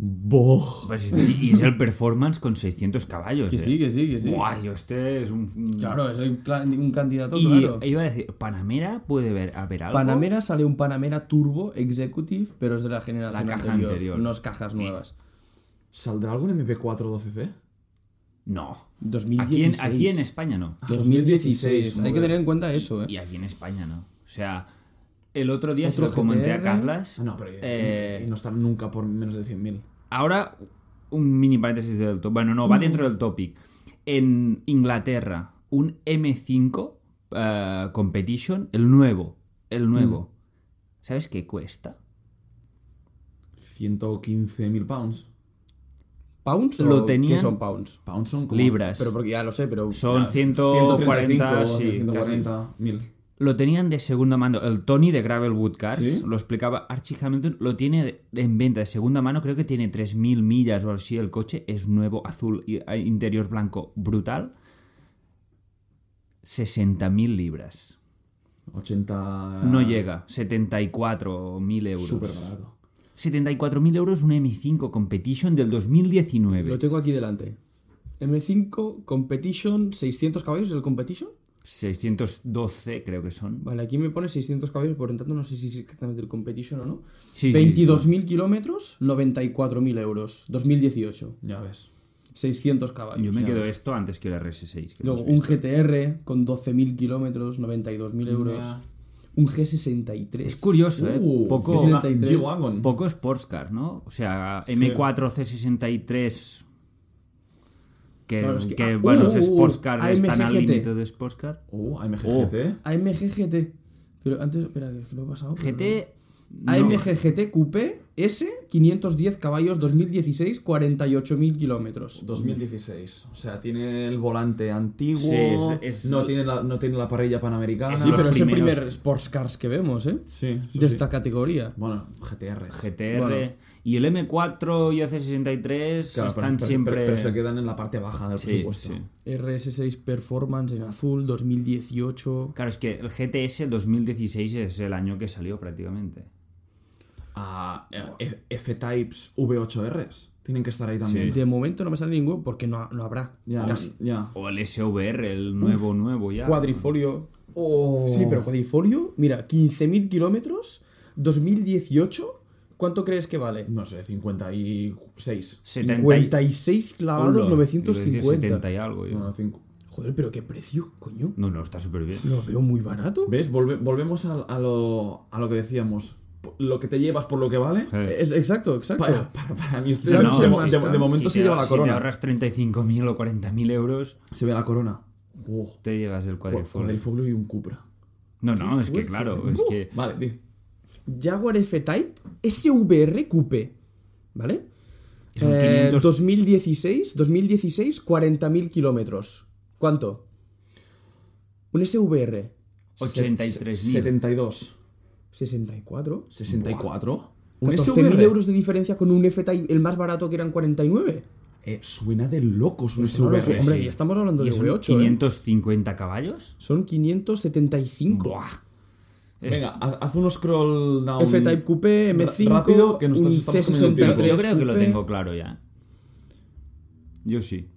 Speaker 1: Boh.
Speaker 3: pues, y y es el performance con 600 caballos.
Speaker 2: Que
Speaker 3: eh.
Speaker 2: sí, que sí, que sí.
Speaker 3: Buah, yo este es un.
Speaker 2: Claro, es el cla- un candidato,
Speaker 3: Y
Speaker 2: claro.
Speaker 3: iba a decir, Panamera puede ver, haber algo.
Speaker 2: Panamera sale un Panamera Turbo Executive, pero es de la generación
Speaker 3: La caja
Speaker 2: anterior,
Speaker 3: anterior.
Speaker 2: No es cajas nuevas.
Speaker 1: ¿Saldrá algún MP4 12C?
Speaker 3: No. Aquí en,
Speaker 2: 2016.
Speaker 3: aquí en España
Speaker 2: Ah.
Speaker 3: no.
Speaker 2: 2016. Hay
Speaker 1: joder.
Speaker 2: que tener en cuenta eso, ¿eh?
Speaker 3: Y aquí en España no. O sea, el otro día se
Speaker 2: Otro
Speaker 3: lo comenté a
Speaker 2: GTR.
Speaker 3: Carlas.
Speaker 1: Ah, No, pero.
Speaker 3: Eh,
Speaker 1: y no están nunca por menos de 100.000.
Speaker 3: Ahora, un mini paréntesis del top. Bueno, no,
Speaker 2: Mm.
Speaker 3: va dentro del topic. En Inglaterra, un M5 eh, Competition, el nuevo.
Speaker 2: Mm.
Speaker 3: El nuevo. ¿Sabes qué cuesta?
Speaker 1: 115.000 pounds.
Speaker 2: ¿Pounds?
Speaker 3: Lo
Speaker 2: o
Speaker 3: tenían-
Speaker 2: qué son pounds?
Speaker 1: Pounds son como.
Speaker 3: Libras.
Speaker 2: Pero porque ya lo sé, pero.
Speaker 3: Son
Speaker 2: ya.
Speaker 3: 140,
Speaker 1: 135,
Speaker 3: sí, casi.
Speaker 1: 140.000.
Speaker 3: Lo tenían de segunda mano. El Tony de Gravel Wood Cars,
Speaker 2: ¿Sí?
Speaker 3: lo explicaba Archie Hamilton, lo tiene de- en venta de segunda mano. Creo que tiene 3.000 millas o así el coche. Es nuevo, azul, y eh, interior blanco, brutal. 60.000 libras.
Speaker 2: Ah.
Speaker 1: 80.
Speaker 3: No llega. 74.000 euros.
Speaker 1: Súper barato.
Speaker 3: 74.000 euros un M5 Competition del 2019.
Speaker 2: Lo tengo aquí delante. M5 Competition, 600 caballos el Competition.
Speaker 3: 612 creo que son.
Speaker 2: Vale, aquí me pone 600 caballos, por lo tanto no sé si es exactamente el Competition o no.
Speaker 3: Sí, sí,
Speaker 2: 22.000 kilómetros, 94.000 euros. 2018.
Speaker 1: Ya ves.
Speaker 2: 600 caballos.
Speaker 3: Yo me
Speaker 2: Ya
Speaker 3: quedo
Speaker 2: ves.
Speaker 3: esto antes que el RS6. que lo
Speaker 2: Luego
Speaker 3: has
Speaker 2: un
Speaker 3: visto.
Speaker 2: GTR con 12.000 kilómetros, 92.000 euros.
Speaker 1: Ya.
Speaker 2: Un G63.
Speaker 3: Es curioso, ¿eh?
Speaker 1: Uh,
Speaker 3: poco,
Speaker 2: es 63.
Speaker 1: G-Wagon.
Speaker 3: poco sports car, ¿no? O sea, M4 C63 que,
Speaker 2: Claro, es que-
Speaker 3: que,
Speaker 2: ah,
Speaker 3: bueno, los
Speaker 2: uh, uh,
Speaker 3: sports cars
Speaker 2: AMG
Speaker 3: están al
Speaker 2: GT.
Speaker 3: límite de sports car.
Speaker 1: Uh, AMG GT.
Speaker 2: AMG GT. Pero antes, espera, que lo he pasado. pero no.
Speaker 3: GT no.
Speaker 2: AMG GT Coupé S, 510 caballos, 2016, 48.000 kilómetros.
Speaker 1: 2016. O sea, tiene el volante antiguo.
Speaker 3: Sí, es- es-
Speaker 1: no, tiene la, no tiene la parrilla panamericana.
Speaker 3: Es
Speaker 2: Sí,
Speaker 3: los
Speaker 2: pero es el
Speaker 3: primeros-
Speaker 2: primer sports cars que vemos, ¿eh?
Speaker 1: Sí, eso
Speaker 2: de
Speaker 1: sí.
Speaker 2: esta categoría.
Speaker 1: Bueno, GTR.
Speaker 3: GTR
Speaker 2: Bueno.
Speaker 3: y el M4 y el C63
Speaker 1: Claro, pero-
Speaker 3: están
Speaker 1: pero-
Speaker 3: siempre
Speaker 1: Pero, pero se quedan en la parte baja del
Speaker 3: Sí,
Speaker 1: presupuesto.
Speaker 3: sí.
Speaker 2: RS6 Performance en azul, 2018.
Speaker 3: Claro, es que el GTS el 2016 es el año que salió prácticamente.
Speaker 1: Ah, eh, F- F-Types V8Rs. Tienen que estar ahí también.
Speaker 2: De momento no me sale ninguno porque no, no habrá.
Speaker 1: Ya,
Speaker 2: Casi.
Speaker 1: ya.
Speaker 3: O el SVR, el nuevo nuevo ya.
Speaker 2: Cuadrifolio.
Speaker 1: Oh.
Speaker 2: Sí, pero cuadrifolio, mira, 15.000 kilómetros, 2018. ¿Cuánto crees que vale?
Speaker 1: No sé, 56.
Speaker 3: 70
Speaker 2: 56
Speaker 3: Hola,
Speaker 2: clavados,
Speaker 3: iba a
Speaker 2: 950.
Speaker 3: decir 70 y algo. yo.
Speaker 1: Bueno, cinco.
Speaker 2: Joder, pero qué precio, coño.
Speaker 3: No, no, está súper bien.
Speaker 2: Lo veo muy barato.
Speaker 1: ¿Ves? Volve- volvemos a, a lo, a lo que decíamos. P- Lo que te llevas por lo que vale.
Speaker 3: Eh,
Speaker 2: Es, exacto, exacto.
Speaker 1: Para, para, para mí, este-
Speaker 2: Pero
Speaker 1: de,
Speaker 2: no,
Speaker 1: de-
Speaker 2: no,
Speaker 1: de-
Speaker 2: no.
Speaker 1: de momento
Speaker 3: Si
Speaker 1: se
Speaker 3: te-
Speaker 1: lleva la
Speaker 3: si te
Speaker 1: corona.
Speaker 3: ahorras 35.000 o 40.000 euros,
Speaker 1: Se ve la corona. Uh,
Speaker 3: te llevas el
Speaker 1: con
Speaker 3: cuadrifolio.
Speaker 1: el Foglu y un Cupra.
Speaker 3: No, no, es que claro, es que...
Speaker 1: Vale, di.
Speaker 2: Jaguar F-Type SVR Coupe. ¿Vale?
Speaker 1: Uh.
Speaker 3: Es un
Speaker 2: Eh,
Speaker 3: 500.
Speaker 2: 2016, 2016, 40.000 kilómetros. ¿Cuánto? Un SVR.
Speaker 3: 83.000.
Speaker 1: 72.
Speaker 2: 64.
Speaker 1: 64. Un
Speaker 2: 14.000
Speaker 1: SVR.
Speaker 2: euros de diferencia con un F-Type, el más barato que eran 49.
Speaker 1: Eh, suena de locos un
Speaker 2: No lo
Speaker 1: SVR.
Speaker 2: sé,
Speaker 3: sí.
Speaker 2: hombre, y estamos hablando
Speaker 3: ¿Y
Speaker 2: de
Speaker 3: son
Speaker 2: V8. ¿eh?
Speaker 3: 550 caballos?
Speaker 2: Son 575.
Speaker 3: Buah. Es-
Speaker 1: Venga, ha- haz un scroll down.
Speaker 2: F-Type Coupé, M5,
Speaker 1: Rápido, que nosotros
Speaker 2: un
Speaker 1: estamos comiendo el
Speaker 3: Pero
Speaker 1: tiempo.
Speaker 2: C63
Speaker 3: yo creo que lo
Speaker 2: Coupé.
Speaker 3: tengo claro ya. Yo sí.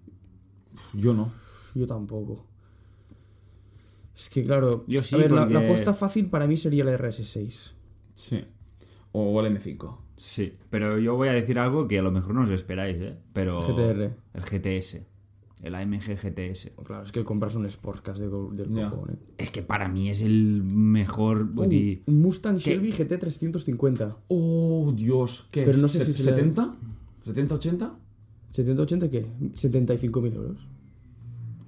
Speaker 1: Yo no.
Speaker 2: Yo tampoco. Es que, claro,
Speaker 3: Yo sí,
Speaker 2: a ver, la- la
Speaker 3: porque-
Speaker 2: apuesta fácil para mí sería la RS6.
Speaker 1: Sí. O el M5.
Speaker 3: Sí, pero yo voy a decir algo que a lo mejor no os esperáis, ¿eh? Pero...
Speaker 2: GTR.
Speaker 3: El GTS. El AMG GTS.
Speaker 2: Pues Claro, es que compras un Sportcast de, go- del
Speaker 1: Ya.
Speaker 2: copón, ¿eh?
Speaker 3: Es que para mí es el mejor...
Speaker 2: Un-
Speaker 1: Uh.
Speaker 3: vull dir,
Speaker 2: un Mustang Shelby GT350.
Speaker 1: Oh, Dios, ¿qué?
Speaker 2: Pero no
Speaker 1: es?
Speaker 2: sé si
Speaker 1: Se-
Speaker 2: será-
Speaker 1: ¿70? ¿70, 80?
Speaker 2: ¿70-80 qué? 75.000 euros.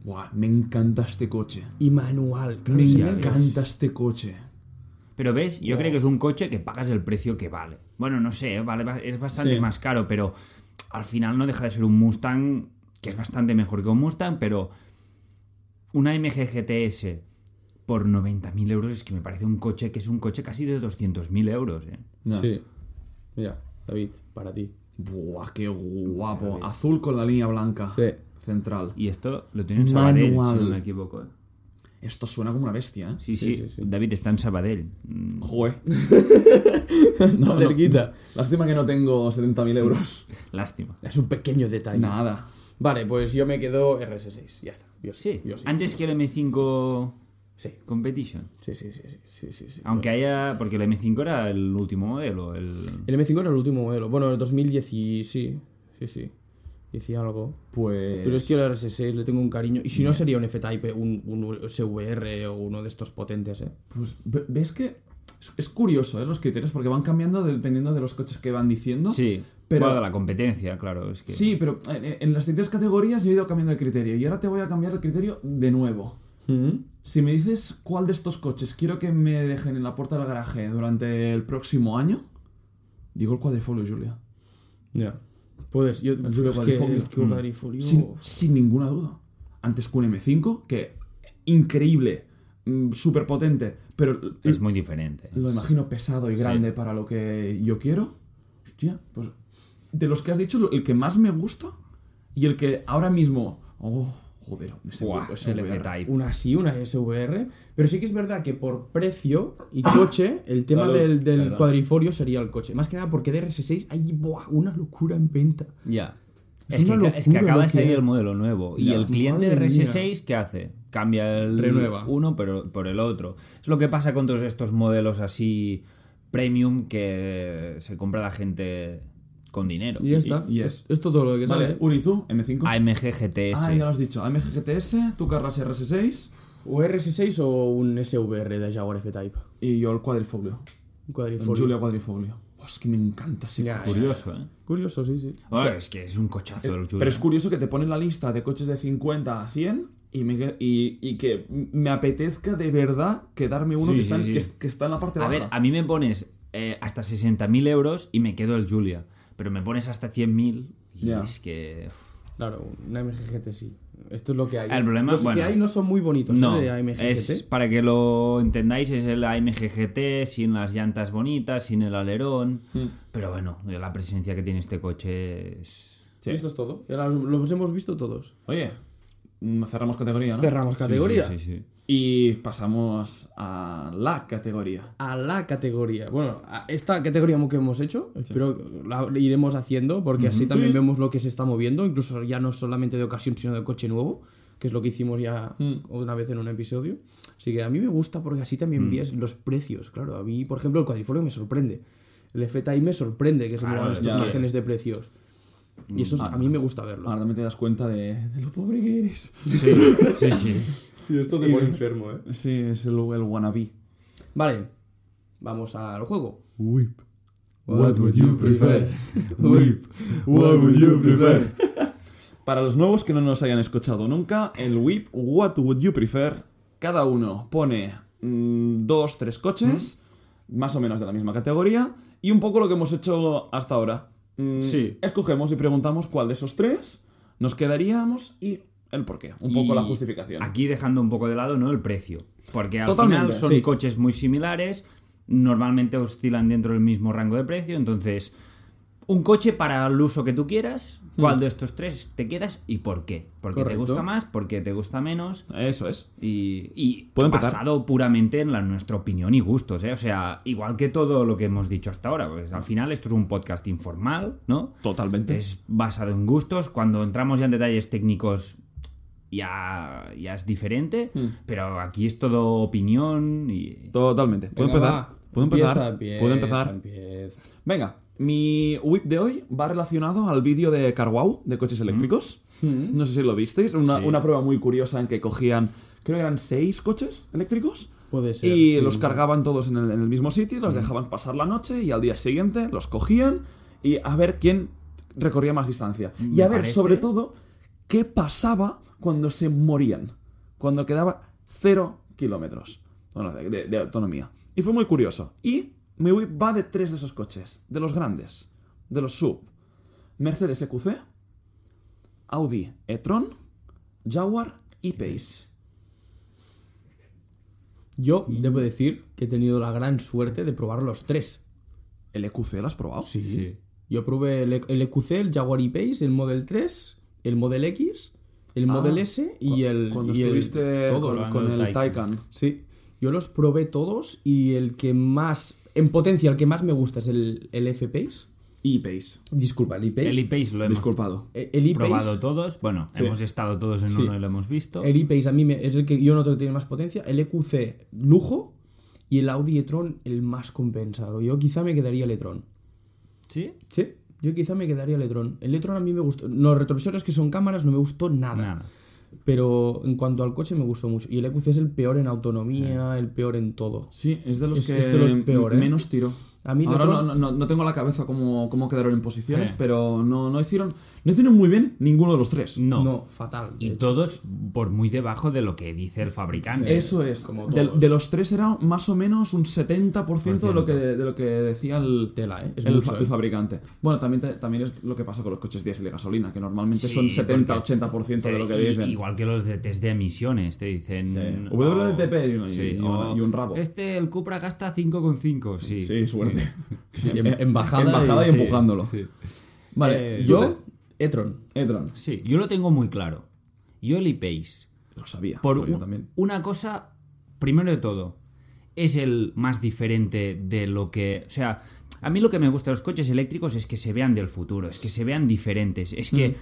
Speaker 1: Buah, me encanta este coche.
Speaker 2: Y manual, claro,
Speaker 1: Me
Speaker 2: sí, me
Speaker 1: encanta este coche.
Speaker 3: Pero ves, yo creo que es un coche que pagas el precio que vale. Bueno, no sé, ¿eh? vale, va- es bastante
Speaker 1: Sí.
Speaker 3: más caro, pero al final no deja de ser un Mustang, que es bastante mejor que un Mustang, pero una MG GTS por 90.000 euros es que me parece un coche que es un coche casi de 200.000 euros. ¿eh?
Speaker 1: Ya.
Speaker 2: Sí. Mira, David, para ti.
Speaker 1: Buah, qué guapo. Azul con la línea blanca.
Speaker 2: Sí.
Speaker 1: Central.
Speaker 3: Y esto lo tiene en Sabadell, si no
Speaker 1: Manual.
Speaker 3: me equivoco. ¿eh?
Speaker 1: Esto suena como una bestia, ¿eh?
Speaker 3: Sí sí,
Speaker 2: Sí, sí, sí.
Speaker 3: David está en Sabadell. Mm,
Speaker 1: Joder.
Speaker 2: Está
Speaker 1: No, no.
Speaker 2: cerquita.
Speaker 1: Lástima que no tengo 70.000 euros.
Speaker 3: Lástima.
Speaker 2: Es un pequeño detalle.
Speaker 1: Nada.
Speaker 2: Vale, pues yo me quedo RS6. Ya está. Yo
Speaker 3: Sí,
Speaker 2: sí. Yo
Speaker 1: Ah.
Speaker 2: sí.
Speaker 3: antes que el M5
Speaker 2: Sí.
Speaker 3: Competition.
Speaker 2: Sí, sí, sí, sí, sí, sí, sí.
Speaker 3: Aunque haya. Porque el M5 era el último modelo. El...
Speaker 2: El M5 era el último modelo. Bueno, el 2010 y- sí. Sí, sí. Decía algo.
Speaker 1: Pues.
Speaker 2: Pero es que el RS6 le tengo un cariño. Y si no sería un F-Type, un, un SVR o uno de estos potentes, ¿eh?
Speaker 1: Pues, ve- ¿Ves que.? es- Es curioso, ¿eh? Los criterios, porque van cambiando dependiendo de los coches que van diciendo.
Speaker 3: Sí,
Speaker 1: Pero-
Speaker 3: pero. la competencia, claro. Es que...
Speaker 1: Sí, pero eh, en, en las distintas categorías yo he ido cambiando de criterio. Y ahora te voy a cambiar el criterio de nuevo.
Speaker 2: ¿Mm?
Speaker 1: Si me dices cuál de estos coches quiero que me dejen en la puerta del garaje durante el próximo año, digo el cuadrifolio, Julia.
Speaker 2: Ya. Puedes. Yo,
Speaker 1: El Julio
Speaker 2: es que,
Speaker 1: Cuadrifolio.
Speaker 2: es que un Cuadrifolio-
Speaker 1: Sin, sin ninguna duda. Antes que un M5, que increíble, súper potente, pero
Speaker 3: Es muy diferente.
Speaker 1: lo imagino pesado y grande para lo que yo quiero. Hostia, pues de los que has dicho, lo- el que más me gusta y el que ahora mismo... Oh, joder, ese
Speaker 3: Buah,
Speaker 1: hueco, ese
Speaker 3: el
Speaker 1: VR.
Speaker 3: F-Type.
Speaker 2: Una sí, una SVR. Pero sí que es verdad que por precio y coche, el tema
Speaker 1: Salud.
Speaker 2: del, del
Speaker 1: Perdón.
Speaker 2: cuadrifolio sería el coche. Más que nada porque de RS6 hay buah, una locura en venta.
Speaker 3: Ya.
Speaker 2: Es
Speaker 3: Es, que,
Speaker 2: una
Speaker 3: ca- es que
Speaker 2: locura
Speaker 3: acaba
Speaker 2: lo
Speaker 3: de salir
Speaker 2: que-
Speaker 3: el modelo nuevo. Y
Speaker 1: Ya,
Speaker 3: el cliente de
Speaker 2: madre
Speaker 3: RS6, ¿qué hace? Cambia el
Speaker 2: Renueva.
Speaker 3: uno pero por el otro. Es lo que pasa con todos estos modelos así premium que se compra la gente con dinero.
Speaker 2: Y ya está.
Speaker 1: y
Speaker 2: es,
Speaker 1: es-
Speaker 2: es todo lo que sale.
Speaker 1: Vale,
Speaker 2: ¿eh?
Speaker 1: Uri, tú, M5.
Speaker 3: AMG GTS.
Speaker 1: ah, ya lo has dicho. AMG GTS, tú carras RS6
Speaker 2: O RS6 o un SVR de Jaguar F-Type.
Speaker 1: y yo el cuadrifolio.
Speaker 2: Un
Speaker 1: El
Speaker 2: cuadrifolio.
Speaker 1: Julia Cuadrifolio. Buah, es que me encanta ese
Speaker 2: Ya,
Speaker 1: coche.
Speaker 3: Curioso, ¿eh?
Speaker 2: Curioso, sí, sí.
Speaker 3: Bueno, es que es un
Speaker 2: Eh,
Speaker 3: cochazo el Julia.
Speaker 1: Pero es curioso que te ponen la lista de coches de 50 a 100 y, me que- y- y que me apetezca de verdad quedarme uno
Speaker 3: Sí,
Speaker 1: que,
Speaker 3: sí,
Speaker 1: está, en-
Speaker 3: sí.
Speaker 1: que es- que está en la parte
Speaker 3: A
Speaker 1: baja.
Speaker 3: ver, a mí me pones eh, hasta 60.000 euros y me quedo el Julia. Pero me pones hasta 100.000 y
Speaker 1: Ya.
Speaker 3: es que... uf.
Speaker 2: Claro, un AMGGT sí. Esto es lo que hay.
Speaker 3: El problema,
Speaker 2: Los
Speaker 3: bueno.
Speaker 2: que hay no son muy bonitos,
Speaker 3: No,
Speaker 2: ¿eh? De AMGGT.
Speaker 3: es, para que lo entendáis, es el AMG GT sin las llantas bonitas, sin el alerón.
Speaker 1: Mm.
Speaker 3: Pero bueno, la presencia que tiene este coche es...
Speaker 1: Sí.
Speaker 2: Esto es todo. Ya los, los hemos visto todos.
Speaker 1: Oye, mm, cerramos categoría, ¿no?
Speaker 2: Cerramos
Speaker 3: Sí,
Speaker 2: categoría.
Speaker 3: Sí, sí, sí.
Speaker 1: Y pasamos a la categoría.
Speaker 2: A la categoría. Bueno, a esta categoría que hemos hecho, espero que la iremos haciendo, porque así también vemos lo que se está moviendo, incluso ya no solamente de ocasión, sino de coche nuevo, que es lo que hicimos ya una vez en un episodio. Así que a mí me gusta porque así también ves los precios, claro. A mí, por ejemplo, el cuadrifolio me sorprende. El FTI me sorprende que se
Speaker 3: Claro,
Speaker 2: muevan estos
Speaker 1: ya ves.
Speaker 2: márgenes de precios. Y eso es- a mí me gusta verlo.
Speaker 1: Ahora también te das cuenta de, de lo pobre que eres.
Speaker 3: Sí, sí, sí.
Speaker 2: Sí, esto te pone enfermo, ¿eh?
Speaker 1: Sí, es el, el wannabe.
Speaker 2: Vale, vamos al juego.
Speaker 1: Whip.
Speaker 2: What would you prefer?
Speaker 1: Whip.
Speaker 2: What would you prefer?
Speaker 1: Para los nuevos que no nos hayan escuchado nunca, el whip, what would you prefer? Cada uno pone mm, dos, tres coches, más o menos de la misma categoría, y un poco lo que hemos hecho hasta ahora. Mm,
Speaker 3: Sí.
Speaker 1: Escogemos y preguntamos cuál de esos tres nos quedaríamos y el por qué. Un poco
Speaker 3: Y
Speaker 1: la justificación.
Speaker 3: Aquí dejando un poco de lado, ¿no? El precio. Porque al
Speaker 1: Totalmente,
Speaker 3: final son
Speaker 1: sí.
Speaker 3: coches muy similares, normalmente oscilan dentro del mismo rango de precio, entonces un coche para el uso que tú quieras,
Speaker 1: Mm.
Speaker 3: ¿cuál de estos tres te quedas y por qué? Porque
Speaker 2: Correcto.
Speaker 3: te gusta más, porque te gusta menos
Speaker 1: Eso es.
Speaker 3: y, y
Speaker 1: Puedo empezar.
Speaker 3: basado puramente en la, nuestra opinión y gustos, ¿eh? O sea, igual que todo lo que hemos dicho hasta ahora, pues al final esto es un podcast informal, ¿no?
Speaker 1: Totalmente.
Speaker 3: es basado en gustos. Cuando entramos ya en detalles técnicos ya, ya es diferente,
Speaker 1: Mm.
Speaker 3: pero aquí es todo opinión y...
Speaker 1: Totalmente. ¿Puedo
Speaker 2: Venga,
Speaker 1: empezar?
Speaker 2: va.
Speaker 1: ¿Puedo empezar?
Speaker 2: Empieza,
Speaker 1: ¿Puedo empezar?
Speaker 2: empieza, empieza.
Speaker 1: Venga, mi whip de hoy va relacionado al vídeo de Carwow de coches
Speaker 2: Mm.
Speaker 1: eléctricos. No sé si lo visteis, una,
Speaker 3: Sí.
Speaker 1: una prueba muy curiosa en que cogían, creo que eran seis coches eléctricos.
Speaker 2: Puede ser,
Speaker 1: Y
Speaker 2: sí.
Speaker 1: los cargaban todos en el, en el mismo sitio, los dejaban pasar la noche y al día siguiente los cogían y a ver quién recorría más distancia. Y
Speaker 3: Me
Speaker 1: a ver,
Speaker 3: parece-
Speaker 1: sobre todo, qué pasaba cuando se morían, cuando quedaba cero kilómetros bueno, de, de- de autonomía. Y fue muy curioso. Y mi whip va de tres de esos coches, de los grandes, de los sub. Mercedes EQC, Audi e-tron, Jaguar y Pace.
Speaker 2: Yo
Speaker 1: Mm.
Speaker 2: debo decir que he tenido la gran suerte de probar los tres.
Speaker 1: ¿El EQC lo has probado?
Speaker 2: Sí.
Speaker 3: Sí.
Speaker 2: Yo probé el, el EQC, el Jaguar E-Pace, el Model 3, el Model X, el
Speaker 1: Ah,
Speaker 2: Model S y el...
Speaker 1: Cuando
Speaker 2: y el-
Speaker 1: estuviste
Speaker 2: todo,
Speaker 1: con,
Speaker 3: probando
Speaker 1: con
Speaker 3: el
Speaker 1: el Taycan.
Speaker 2: Sí, yo los probé todos y el que más, en potencia, el que más me gusta es el, el F-Pace.
Speaker 1: y Pace.
Speaker 2: Disculpa, el E-Pace.
Speaker 3: El E-Pace lo hemos
Speaker 1: Disculpado.
Speaker 2: Eh, el E-Pace-
Speaker 3: probado todos. Bueno,
Speaker 2: Sí.
Speaker 3: hemos estado todos en
Speaker 2: Sí.
Speaker 3: uno y lo hemos visto.
Speaker 2: El E-Pace a mí me- es el que yo noto que tiene más potencia. El EQC, lujo. Y el Audi e-tron, el más compensado. Yo quizá me quedaría el e-tron.
Speaker 3: ¿Sí?
Speaker 2: Sí, yo quizá me quedaría el e-tron. El e-tron a mí me gustó. Los retrovisores que son cámaras no me gustó nada.
Speaker 3: Nada.
Speaker 2: Pero en cuanto al coche me gustó mucho. Y el EQC es el peor en autonomía, el peor en todo.
Speaker 1: Sí, es de los
Speaker 2: Es-
Speaker 1: que
Speaker 2: es de los peor, ¿eh?
Speaker 1: menos tiro.
Speaker 2: A mí el
Speaker 1: Ahora
Speaker 2: otro-
Speaker 1: no, no- no tengo la cabeza cómo, cómo quedaron en posiciones,
Speaker 3: Sí.
Speaker 1: pero no, no hicieron no hicieron muy bien ninguno de los tres.
Speaker 3: No.
Speaker 2: fatal. de
Speaker 3: Y
Speaker 2: hecho.
Speaker 3: todos por muy debajo de lo que dice el fabricante.
Speaker 1: Eso es.
Speaker 2: Como
Speaker 1: de,
Speaker 2: todos.
Speaker 1: de los tres era más o menos un 70% de lo, que, de lo que decía el,
Speaker 2: Tela, ¿eh? Es
Speaker 1: el,
Speaker 2: mucho,
Speaker 1: fa-
Speaker 2: ¿eh?
Speaker 1: el fabricante. Bueno, también, te- también es lo que pasa con los coches diésel y gasolina, que normalmente
Speaker 3: Sí,
Speaker 1: son
Speaker 3: porque-
Speaker 1: 70-80% de lo que
Speaker 3: Sí,
Speaker 1: dicen.
Speaker 3: Igual que los de test de emisiones, te dicen.
Speaker 1: Sí. WLTP y un- y un- y un rabo.
Speaker 3: Este, el Cupra gasta 5,5. Sí.
Speaker 1: Sí, suerte.
Speaker 2: Y en- en bajada
Speaker 1: En bajada y,
Speaker 2: y-
Speaker 1: empujándolo.
Speaker 3: Sí.
Speaker 1: Vale,
Speaker 3: Eh,
Speaker 1: yo.
Speaker 2: Yo, e-tron.
Speaker 1: Etron.
Speaker 3: Sí, yo lo tengo muy claro. Yo el E-Pace,
Speaker 1: Lo sabía.
Speaker 3: por
Speaker 1: pues yo
Speaker 3: un-
Speaker 1: también.
Speaker 3: una cosa, primero de todo, es el más diferente de lo que. O sea, a mí lo que me gusta de los coches eléctricos es que se vean del futuro, es que se vean diferentes, es
Speaker 1: Mm.
Speaker 3: que.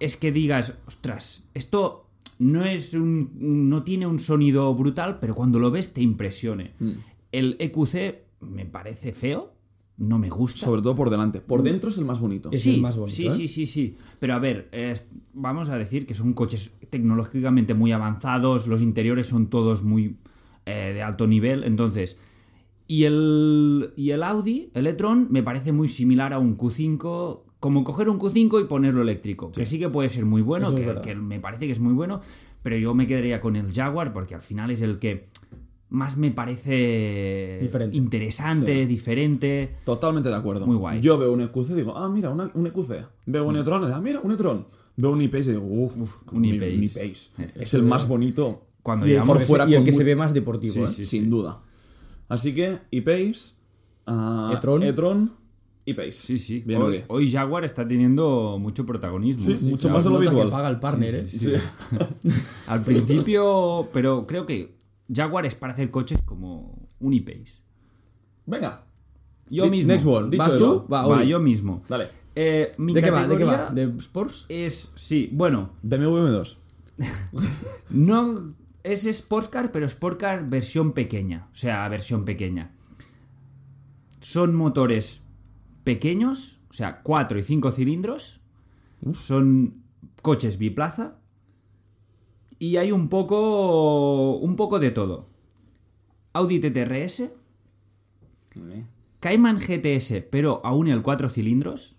Speaker 3: Es que digas, ostras, esto no es un. no tiene un sonido brutal, pero cuando lo ves te impresione.
Speaker 1: Mm.
Speaker 3: El EQC me parece feo, no me gusta.
Speaker 1: Sobre todo por delante. Por dentro es el más bonito.
Speaker 2: Es- el más bonito,
Speaker 3: Sí,
Speaker 2: ¿eh?
Speaker 3: sí, sí, sí. Pero a ver, es- vamos a decir que son coches tecnológicamente muy avanzados, los interiores son todos muy eh, de alto nivel, entonces... Y el, y el Audi, el e-tron, me parece muy similar a un Q5, como coger un Q5 y ponerlo eléctrico, que sí que puede ser muy bueno,
Speaker 2: Eso es
Speaker 3: que,
Speaker 2: verdad.
Speaker 3: que me parece que es muy bueno, pero yo me quedaría con el Jaguar porque al final es el que más me parece
Speaker 2: Diferente.
Speaker 3: interesante, diferente.
Speaker 1: Totalmente de acuerdo.
Speaker 3: Muy guay.
Speaker 1: Yo veo un EQC y digo, ah, mira, una- un EQC. Veo un Etron y digo, ah, mira, un Etron. Veo un E-Pace y digo, uff,
Speaker 3: un E-Pace.
Speaker 1: Es el más bonito.
Speaker 3: Cuando
Speaker 2: Y el,
Speaker 3: llegamos
Speaker 2: que
Speaker 1: por
Speaker 2: se-
Speaker 1: fuera
Speaker 2: y el
Speaker 1: con
Speaker 2: que
Speaker 1: muy-
Speaker 2: se ve más deportivo.
Speaker 1: Sí,
Speaker 2: ¿eh?
Speaker 1: sí, sin duda. Así que, E-Pace, ah,
Speaker 2: E-tron.
Speaker 1: E-Tron, E-Pace.
Speaker 3: Sí, sí.
Speaker 1: Bien,
Speaker 3: hoy,
Speaker 1: Uri.
Speaker 3: hoy Jaguar está teniendo mucho protagonismo.
Speaker 1: Sí,
Speaker 3: ¿eh?
Speaker 1: sí, mucho
Speaker 2: Se
Speaker 1: más de lo
Speaker 2: nota que
Speaker 1: habitual.
Speaker 2: paga el partner, ¿eh?
Speaker 1: Sí.
Speaker 3: Al principio, pero creo que Jaguar es para hacer coches como un e-Pace.
Speaker 1: Venga,
Speaker 3: Yo
Speaker 1: Di-
Speaker 3: mismo.
Speaker 2: Next one.
Speaker 1: Dicho
Speaker 2: ¿Vas
Speaker 1: eso,
Speaker 2: tú?
Speaker 3: Va,
Speaker 2: Va, Oli.
Speaker 3: yo mismo.
Speaker 1: dale.
Speaker 3: Eh, mi
Speaker 2: ¿De qué va? ¿De qué va?
Speaker 3: categoría
Speaker 2: ¿De sports?
Speaker 3: Es, sí, bueno,
Speaker 1: BMW M2.
Speaker 3: no es Sportcar, pero Sportcar versión pequeña. O sea, versión pequeña. Son motores pequeños, o sea, 4 y 5 cilindros. Son coches biplaza. Y hay un poco. un poco de todo. Audi TTRS, Cayman GTS, pero aún el 4 cilindros.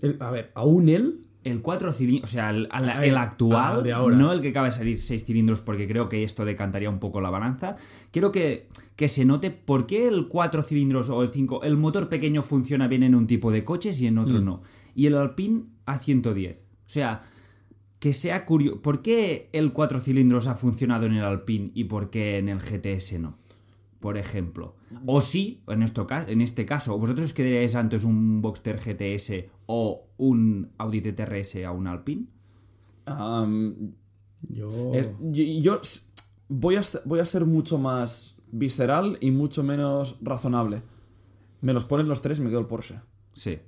Speaker 2: El- a ver, aún él.
Speaker 3: El 4 cilindros, o sea, el, al-
Speaker 2: Ah, el-
Speaker 3: el actual,
Speaker 2: ah, de ahora.
Speaker 3: no el que acaba de salir 6 cilindros, porque creo que esto decantaría un poco la balanza. Quiero que, que se note por qué el 4 cilindros o el 5, el motor pequeño funciona bien en un tipo de coches y en
Speaker 2: Mm.
Speaker 3: otro no. Y el Alpine a 110. O sea, que sea curioso. ¿Por qué el 4 cilindros ha funcionado en el Alpine y por qué en el GTS no? Por ejemplo. O sí, en, esto ca- en este caso, ¿vosotros queréis antes un Boxster GTS o un Audi TTRS a un Alpine?
Speaker 1: Am,
Speaker 2: Yo.
Speaker 1: Es- yo yo s- voy a, ser- voy a ser mucho más visceral y mucho menos razonable. Me los ponen los tres y me quedo el Porsche.
Speaker 3: Sí.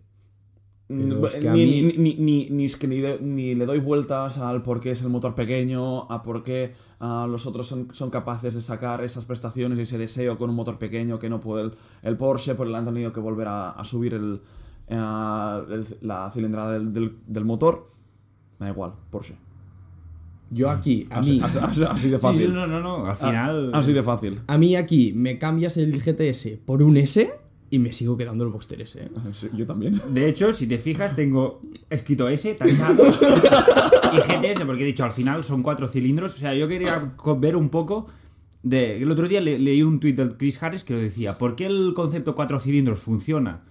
Speaker 2: Pero
Speaker 1: Mm,
Speaker 2: es que a
Speaker 1: ni,
Speaker 2: mí-
Speaker 1: ni- ni- ni- ni es que ni, de- ni le doy vueltas al por qué es el motor pequeño, a por qué ah, los otros son, son capaces de sacar esas prestaciones y ese deseo con un motor pequeño que no puede el, el Porsche, por el han tenido que volver a, a subir el, ah, el- la cilindrada del, del- del motor. Me da igual, Porsche.
Speaker 2: Yo aquí, a
Speaker 1: Así,
Speaker 2: mí.
Speaker 1: así- así- así de fácil.
Speaker 3: no, no, no. Al final.
Speaker 1: Ah, Así de fácil.
Speaker 2: A mí aquí me cambias el GTS por un S y me sigo quedando el Boxster S. ¿eh?
Speaker 1: Sí, yo también.
Speaker 3: De hecho, si te fijas, tengo escrito S, tachado y GTS, porque he dicho, al final son cuatro cilindros. O sea, yo quería co- ver un poco de... El otro día le- leí un tuit de Chris Harris que lo decía, ¿por qué el concepto cuatro cilindros funciona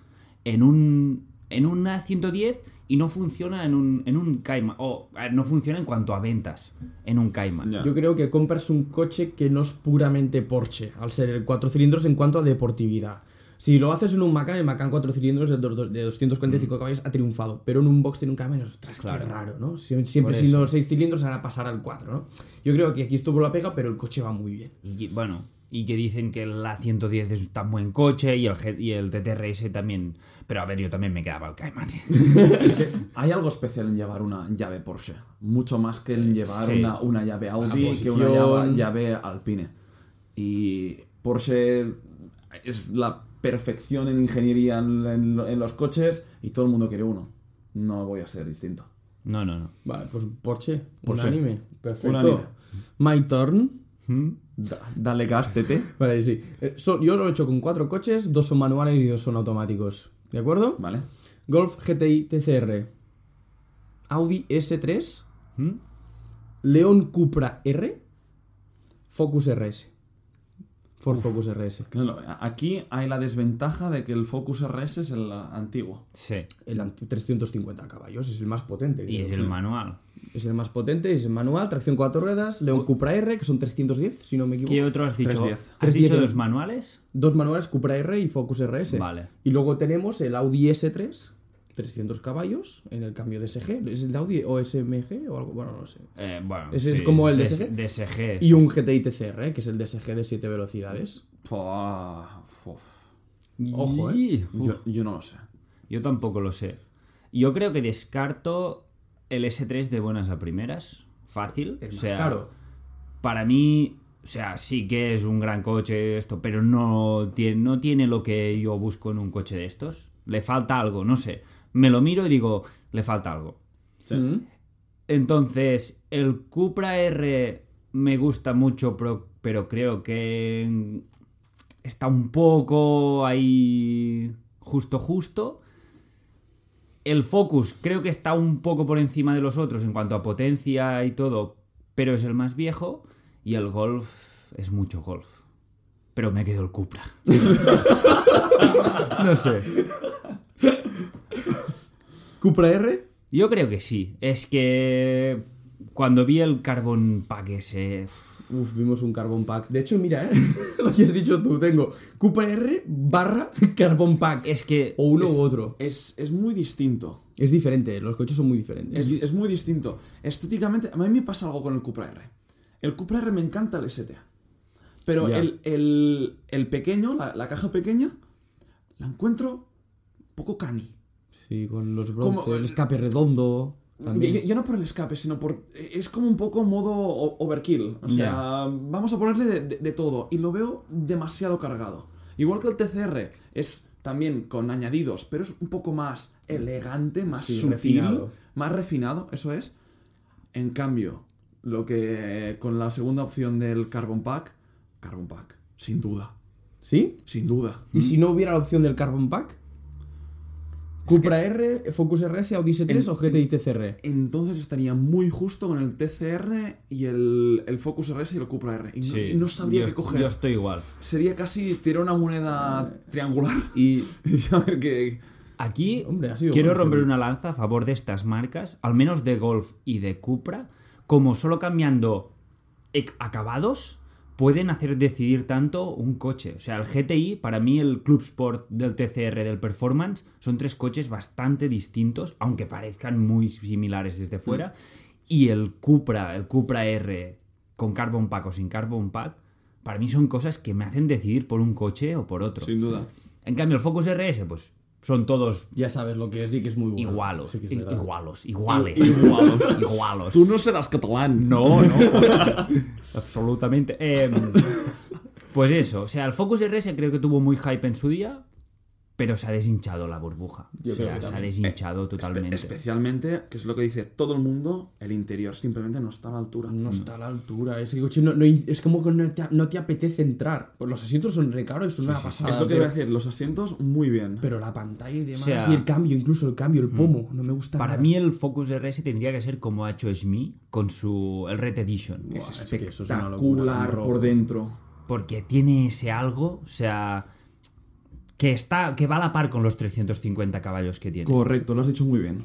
Speaker 3: en un en una 110 y no funciona en un, en un Cayman. O eh, no funciona en cuanto a ventas en un Cayman.
Speaker 1: Ya.
Speaker 2: Yo creo que compras un coche que no es puramente Porsche, al ser el cuatro cilindros en cuanto a deportividad. Si lo haces en un Macan, el Macan cuatro cilindros de dos- dos- de 245 caballos ha triunfado, pero en un box tiene un Cayman, es, ostras,
Speaker 3: Claro.
Speaker 2: qué raro, ¿no? Sie- Siempre
Speaker 3: Por
Speaker 2: siendo
Speaker 3: eso.
Speaker 2: seis cilindros, ahora pasar al 4, ¿no? Yo creo que aquí estuvo la pega, pero el coche va muy bien.
Speaker 3: Y que- bueno, y que dicen que la 110 es tan buen coche y el, G- y el TTRS también. Pero a ver, yo también me quedaba el Cayman.
Speaker 1: Es que hay algo especial en llevar una llave Porsche. Mucho más que en llevar
Speaker 3: sí.
Speaker 1: una, una llave Audi que una
Speaker 2: posición.
Speaker 1: llave, llave Alpine. Y Porsche es la perfección en ingeniería en, en- en los coches y todo el mundo quiere uno. No voy a ser distinto.
Speaker 3: No, no, no.
Speaker 2: Vale, pues Porsche,
Speaker 1: Porsche.
Speaker 2: unánime. Perfecto.
Speaker 1: Unánime.
Speaker 2: My turn.
Speaker 3: ¿Mm?
Speaker 1: Da- dale gas, tete.
Speaker 2: Vale, sí. Eh, so- yo lo he hecho con cuatro coches, dos son manuales y dos son automáticos. ¿De acuerdo?
Speaker 1: Vale.
Speaker 2: Golf GTI TCR. Audi S3.
Speaker 3: ¿Mm?
Speaker 2: León Cupra R. Focus RS. Ford Focus RS.
Speaker 1: Claro, a- aquí hay la desventaja de que el Focus RS es el antiguo.
Speaker 3: Sí.
Speaker 2: El ant- 350 caballos, es el más potente.
Speaker 3: Y
Speaker 2: creo,
Speaker 3: es
Speaker 2: sí.
Speaker 3: el manual.
Speaker 2: Es el más potente, es manual, tracción cuatro ruedas, León Cupra R, que son 310, si no me equivoco.
Speaker 3: ¿Qué otro has dicho?
Speaker 1: 310.
Speaker 3: ¿Has dicho
Speaker 2: 310.
Speaker 3: los manuales?
Speaker 2: Dos manuales, Cupra R y Focus RS.
Speaker 3: Vale.
Speaker 2: Y luego tenemos el Audi S3, 300 caballos, en el cambio de SG. ¿Es el Audi o SMG o algo? Bueno, no sé.
Speaker 3: Eh, bueno,
Speaker 2: Ese es como el
Speaker 3: DS-
Speaker 2: DSG.
Speaker 3: DSG.
Speaker 2: Y un GTI TCR, eh, que es el DSG de 7 velocidades.
Speaker 1: Pua, uf.
Speaker 2: Ojo, eh.
Speaker 3: Y- Uf,
Speaker 1: Yo, yo no lo sé.
Speaker 3: yo tampoco lo sé. Yo creo que descarto el S3 de buenas a primeras. Fácil.
Speaker 2: El
Speaker 3: o
Speaker 2: más
Speaker 3: sea,
Speaker 2: caro.
Speaker 3: para mí, o sea, sí que es un gran coche esto, pero no tiene, no tiene lo que yo busco en un coche de estos. Le falta algo, no sé. Me lo miro y digo, le falta algo.
Speaker 2: Mm.
Speaker 3: Entonces, el Cupra R me gusta mucho, pero, pero creo que está un poco ahí justo justo. El Focus creo que está un poco por encima de los otros en cuanto a potencia y todo, pero es el más viejo. Y el Golf es mucho Golf. Pero me quedo el Cupra. no sé.
Speaker 2: Cupra R,
Speaker 3: Yo creo que sí. Es que cuando vi el Carbon Pack ese... uf,
Speaker 2: Uf, vimos un Carbon Pack. De hecho, mira, ¿eh? lo que has dicho tú, tengo Cupra R barra Carbon Pack.
Speaker 3: Es que...
Speaker 2: o uno
Speaker 1: es-
Speaker 2: u otro.
Speaker 1: Es, es muy distinto.
Speaker 2: Es diferente, los coches son muy diferentes.
Speaker 1: Es, es muy distinto. Estéticamente, a mí me pasa algo con el Cupra R. El Cupra R me encanta el STA. Pero
Speaker 2: Ya.
Speaker 1: el, el- el pequeño, la, la caja pequeña, la encuentro un poco cani.
Speaker 2: Sí, con los
Speaker 1: Como-
Speaker 2: bronces, el escape redondo. También.
Speaker 1: Ya, ya no por el escape, sino por... eh, Es como un poco modo o- overkill. O sea,
Speaker 3: Ya.
Speaker 1: vamos a ponerle de, de- de todo. Y lo veo demasiado cargado. Igual que el TCR es también con añadidos, pero es un poco más elegante, más
Speaker 2: Sí,
Speaker 1: sutil,
Speaker 2: refinado.
Speaker 1: más refinado, eso es. En cambio, lo que con la segunda opción del Carbon Pack, Carbon Pack, sin duda,
Speaker 2: ¿Sí?
Speaker 1: sin duda.
Speaker 2: ¿Y si no hubiera la opción del Carbon Pack? Cupra R, Focus RS, Audi S3 o GTI TCR.
Speaker 1: Entonces estaría muy justo con el TCR y el, el Focus RS y el Cupra R. Y no, y no sabría
Speaker 3: yo,
Speaker 1: qué coger.
Speaker 3: Yo estoy igual.
Speaker 1: Sería casi tirar una moneda triangular y, y saber qué.
Speaker 3: Aquí
Speaker 2: Hombre, ha sido
Speaker 3: quiero
Speaker 2: bueno este
Speaker 3: romper
Speaker 2: vídeo.
Speaker 3: una lanza a favor de estas marcas, al menos de Golf y de Cupra, como solo cambiando ec- acabados pueden hacer decidir tanto un coche. O sea, el GTI, para mí el Club Sport del TCR del Performance, son tres coches bastante distintos, aunque parezcan muy similares
Speaker 2: Mm.
Speaker 3: desde fuera. Y el Cupra, el Cupra R con Carbon Pack o sin Carbon Pack, para mí son cosas que me hacen decidir por un coche o por otro.
Speaker 1: duda.
Speaker 3: En cambio, el Focus RS, pues son todos
Speaker 2: Ya sabes lo que es y que es muy bueno.
Speaker 3: igualos,
Speaker 2: Sí que es
Speaker 3: i-
Speaker 2: verdad.
Speaker 3: igualos, iguales, igualos, igualos.
Speaker 1: Tú no serás catalán.
Speaker 3: No, no. Absolutamente. Em, pues eso, o sea, el Focus RS creo que tuvo muy hype en su día, pero se ha deshinchado la burbuja.
Speaker 2: Yo
Speaker 3: o sea,
Speaker 2: creo que
Speaker 3: se ha
Speaker 2: también. Eh,
Speaker 3: deshinchado
Speaker 1: Espe-
Speaker 3: totalmente.
Speaker 1: especialmente, que es lo que dice todo el mundo, el interior simplemente no está a la altura.
Speaker 2: No está a la altura. Ese coche no, no- es como que no te, no te apetece entrar. Pues los asientos son recaros, es una pasada.
Speaker 1: es lo que
Speaker 2: pero,
Speaker 1: iba a decir, los asientos muy bien.
Speaker 2: pero la pantalla y demás.
Speaker 3: O sea-
Speaker 2: y el cambio, incluso el cambio, el pomo. No me gusta
Speaker 3: Para
Speaker 2: nada.
Speaker 3: mí el Focus RS tendría que ser como ha hecho SMI con su el Red Edition.
Speaker 1: es
Speaker 2: Buah, es que
Speaker 1: espectacular
Speaker 2: eso es una locura, un robo.
Speaker 1: por dentro.
Speaker 3: Porque tiene ese algo, o sea, que, está, que va a la par con los 350 caballos que tiene.
Speaker 1: Correcto, lo has dicho muy bien.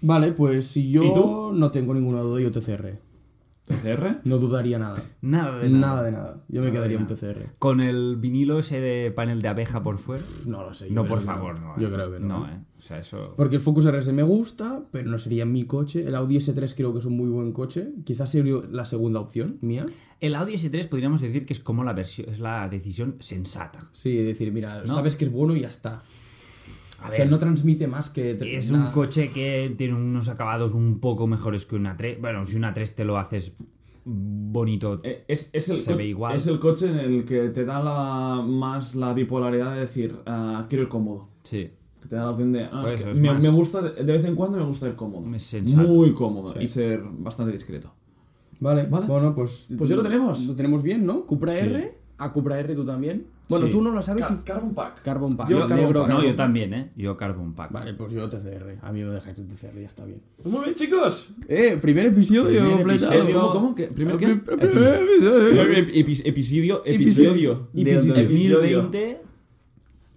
Speaker 2: Vale, pues si
Speaker 1: ¿Y
Speaker 2: yo
Speaker 1: tú?
Speaker 2: no tengo ninguna duda, yo TCR.
Speaker 1: TCR.
Speaker 2: No dudaría nada.
Speaker 3: Nada de nada.
Speaker 2: Nada de nada. Yo
Speaker 3: Nada
Speaker 2: me
Speaker 3: de
Speaker 2: quedaría en
Speaker 3: nada.
Speaker 2: TCR.
Speaker 3: Con el vinilo ese de panel de abeja por fuera.
Speaker 2: No lo sé. yo
Speaker 3: No,
Speaker 2: creo
Speaker 3: por
Speaker 2: que
Speaker 3: favor, no.
Speaker 2: Yo
Speaker 3: eh.
Speaker 2: creo que no.
Speaker 3: No, eh. O sea, eso.
Speaker 2: Porque el Focus RS me gusta, pero no sería mi coche. El Audi S3 creo que es un muy buen coche. Quizás sería la segunda opción mía.
Speaker 3: El Audi S3 podríamos decir que es como la versión, es la decisión sensata.
Speaker 2: Sí, decir, mira,
Speaker 3: No.
Speaker 2: sabes que es bueno y ya está.
Speaker 3: A
Speaker 2: o
Speaker 3: ver.
Speaker 2: sea, no transmite más que...
Speaker 3: Y Es
Speaker 2: nada.
Speaker 3: un coche que tiene unos acabados un poco mejores que una 3. Bueno, si una 3 te lo haces bonito.
Speaker 1: Eh, Es, es el
Speaker 3: Se
Speaker 1: coche,
Speaker 3: ve igual.
Speaker 1: es el coche en el que te da la, más la bipolaridad de decir, ah, quiero ir cómodo.
Speaker 3: Sí.
Speaker 1: Que te da la opción de, ah,
Speaker 3: Por
Speaker 1: es que
Speaker 3: eso, Pues es
Speaker 1: me,
Speaker 3: más-
Speaker 1: me gusta, de de vez en cuando me gusta ir cómodo.
Speaker 3: Es sensato.
Speaker 1: Muy cómodo
Speaker 2: Sí.
Speaker 1: y ser bastante discreto.
Speaker 2: Vale,
Speaker 1: Vale.
Speaker 2: bueno, pues...
Speaker 1: Pues ya lo tenemos.
Speaker 2: Lo tenemos bien, ¿no? Cupra
Speaker 3: Sí.
Speaker 2: R. A Cupra R tú también. Bueno,
Speaker 3: Sí.
Speaker 2: tú no lo sabes.
Speaker 1: Car-
Speaker 2: y-
Speaker 1: Carbon Pack.
Speaker 2: Carbon Pack.
Speaker 1: Yo
Speaker 2: ¿no?
Speaker 1: Carbon
Speaker 2: Negro,
Speaker 1: Pack.
Speaker 3: No,
Speaker 2: Carbon
Speaker 3: yo también, ¿eh? Yo Carbon Pack.
Speaker 2: Vale, pues yo TCR. A mí me dejáis en TCR, ya está bien.
Speaker 1: Muy bien, chicos.
Speaker 2: Eh, primer episodio
Speaker 3: Primer
Speaker 2: completado.
Speaker 3: episodio. Eh,
Speaker 1: ¿Cómo, cómo? ¿Qué? ¿Primero qué?
Speaker 2: Pri- pri- primer Eh, episodio.
Speaker 1: Epi- epi- Episodio.
Speaker 2: Episodio.
Speaker 1: Episodio.
Speaker 3: De
Speaker 1: Episodio.
Speaker 3: 2020.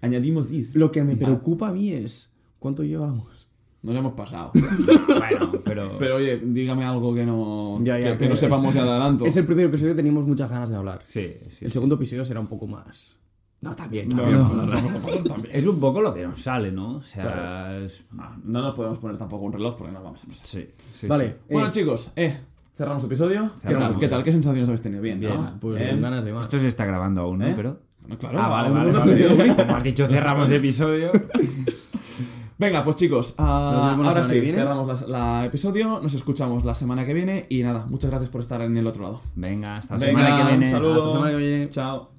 Speaker 1: Añadimos this.
Speaker 2: Lo que me preocupa a mí es cuánto llevamos.
Speaker 1: Nos hemos pasado.
Speaker 3: bueno, pero.
Speaker 1: Pero oye, dígame algo que no,
Speaker 2: Ya, ya,
Speaker 1: que, que
Speaker 2: que
Speaker 1: no
Speaker 2: es-
Speaker 1: sepamos de adelanto.
Speaker 2: Es el primer episodio, teníamos muchas ganas de hablar.
Speaker 3: Sí, sí.
Speaker 2: El segundo episodio será un poco más. No, también.
Speaker 1: No,
Speaker 2: también.
Speaker 1: no, no, no, no.
Speaker 3: Es un poco lo que nos sale, ¿no? O sea, es-
Speaker 1: Ah, no nos podemos poner tampoco un reloj porque nos vamos a pasar.
Speaker 3: Sí, sí.
Speaker 2: vale.
Speaker 3: sí.
Speaker 2: eh,
Speaker 1: Bueno, chicos, eh, cerramos episodio. ¿Qué
Speaker 3: Cerramos.
Speaker 1: tal? ¿Qué tal? ¿Qué sensaciones habéis tenido? Bien,
Speaker 3: Bien,
Speaker 1: ¿no?
Speaker 2: pues
Speaker 1: Bien.
Speaker 2: con ganas de más.
Speaker 3: Esto se está grabando aún, ¿no?
Speaker 1: ¿Eh?
Speaker 3: Pero.
Speaker 1: Bueno, claro,
Speaker 3: ah,
Speaker 1: está
Speaker 3: vale,
Speaker 1: un
Speaker 3: vale,
Speaker 1: montón de
Speaker 3: vale.
Speaker 1: vídeo.
Speaker 3: Como has dicho, cerramos episodio.
Speaker 1: Venga, pues chicos,
Speaker 2: Nos
Speaker 1: ah,
Speaker 2: vemos la
Speaker 1: ahora
Speaker 2: semana
Speaker 1: sí,
Speaker 2: que viene.
Speaker 1: cerramos la, la episodio, nos escuchamos la semana que viene y nada, muchas gracias por estar en el otro lado.
Speaker 3: Venga, hasta la
Speaker 1: Venga,
Speaker 3: semana que viene.
Speaker 1: un saludo.
Speaker 2: Hasta la semana que viene.
Speaker 1: Chao.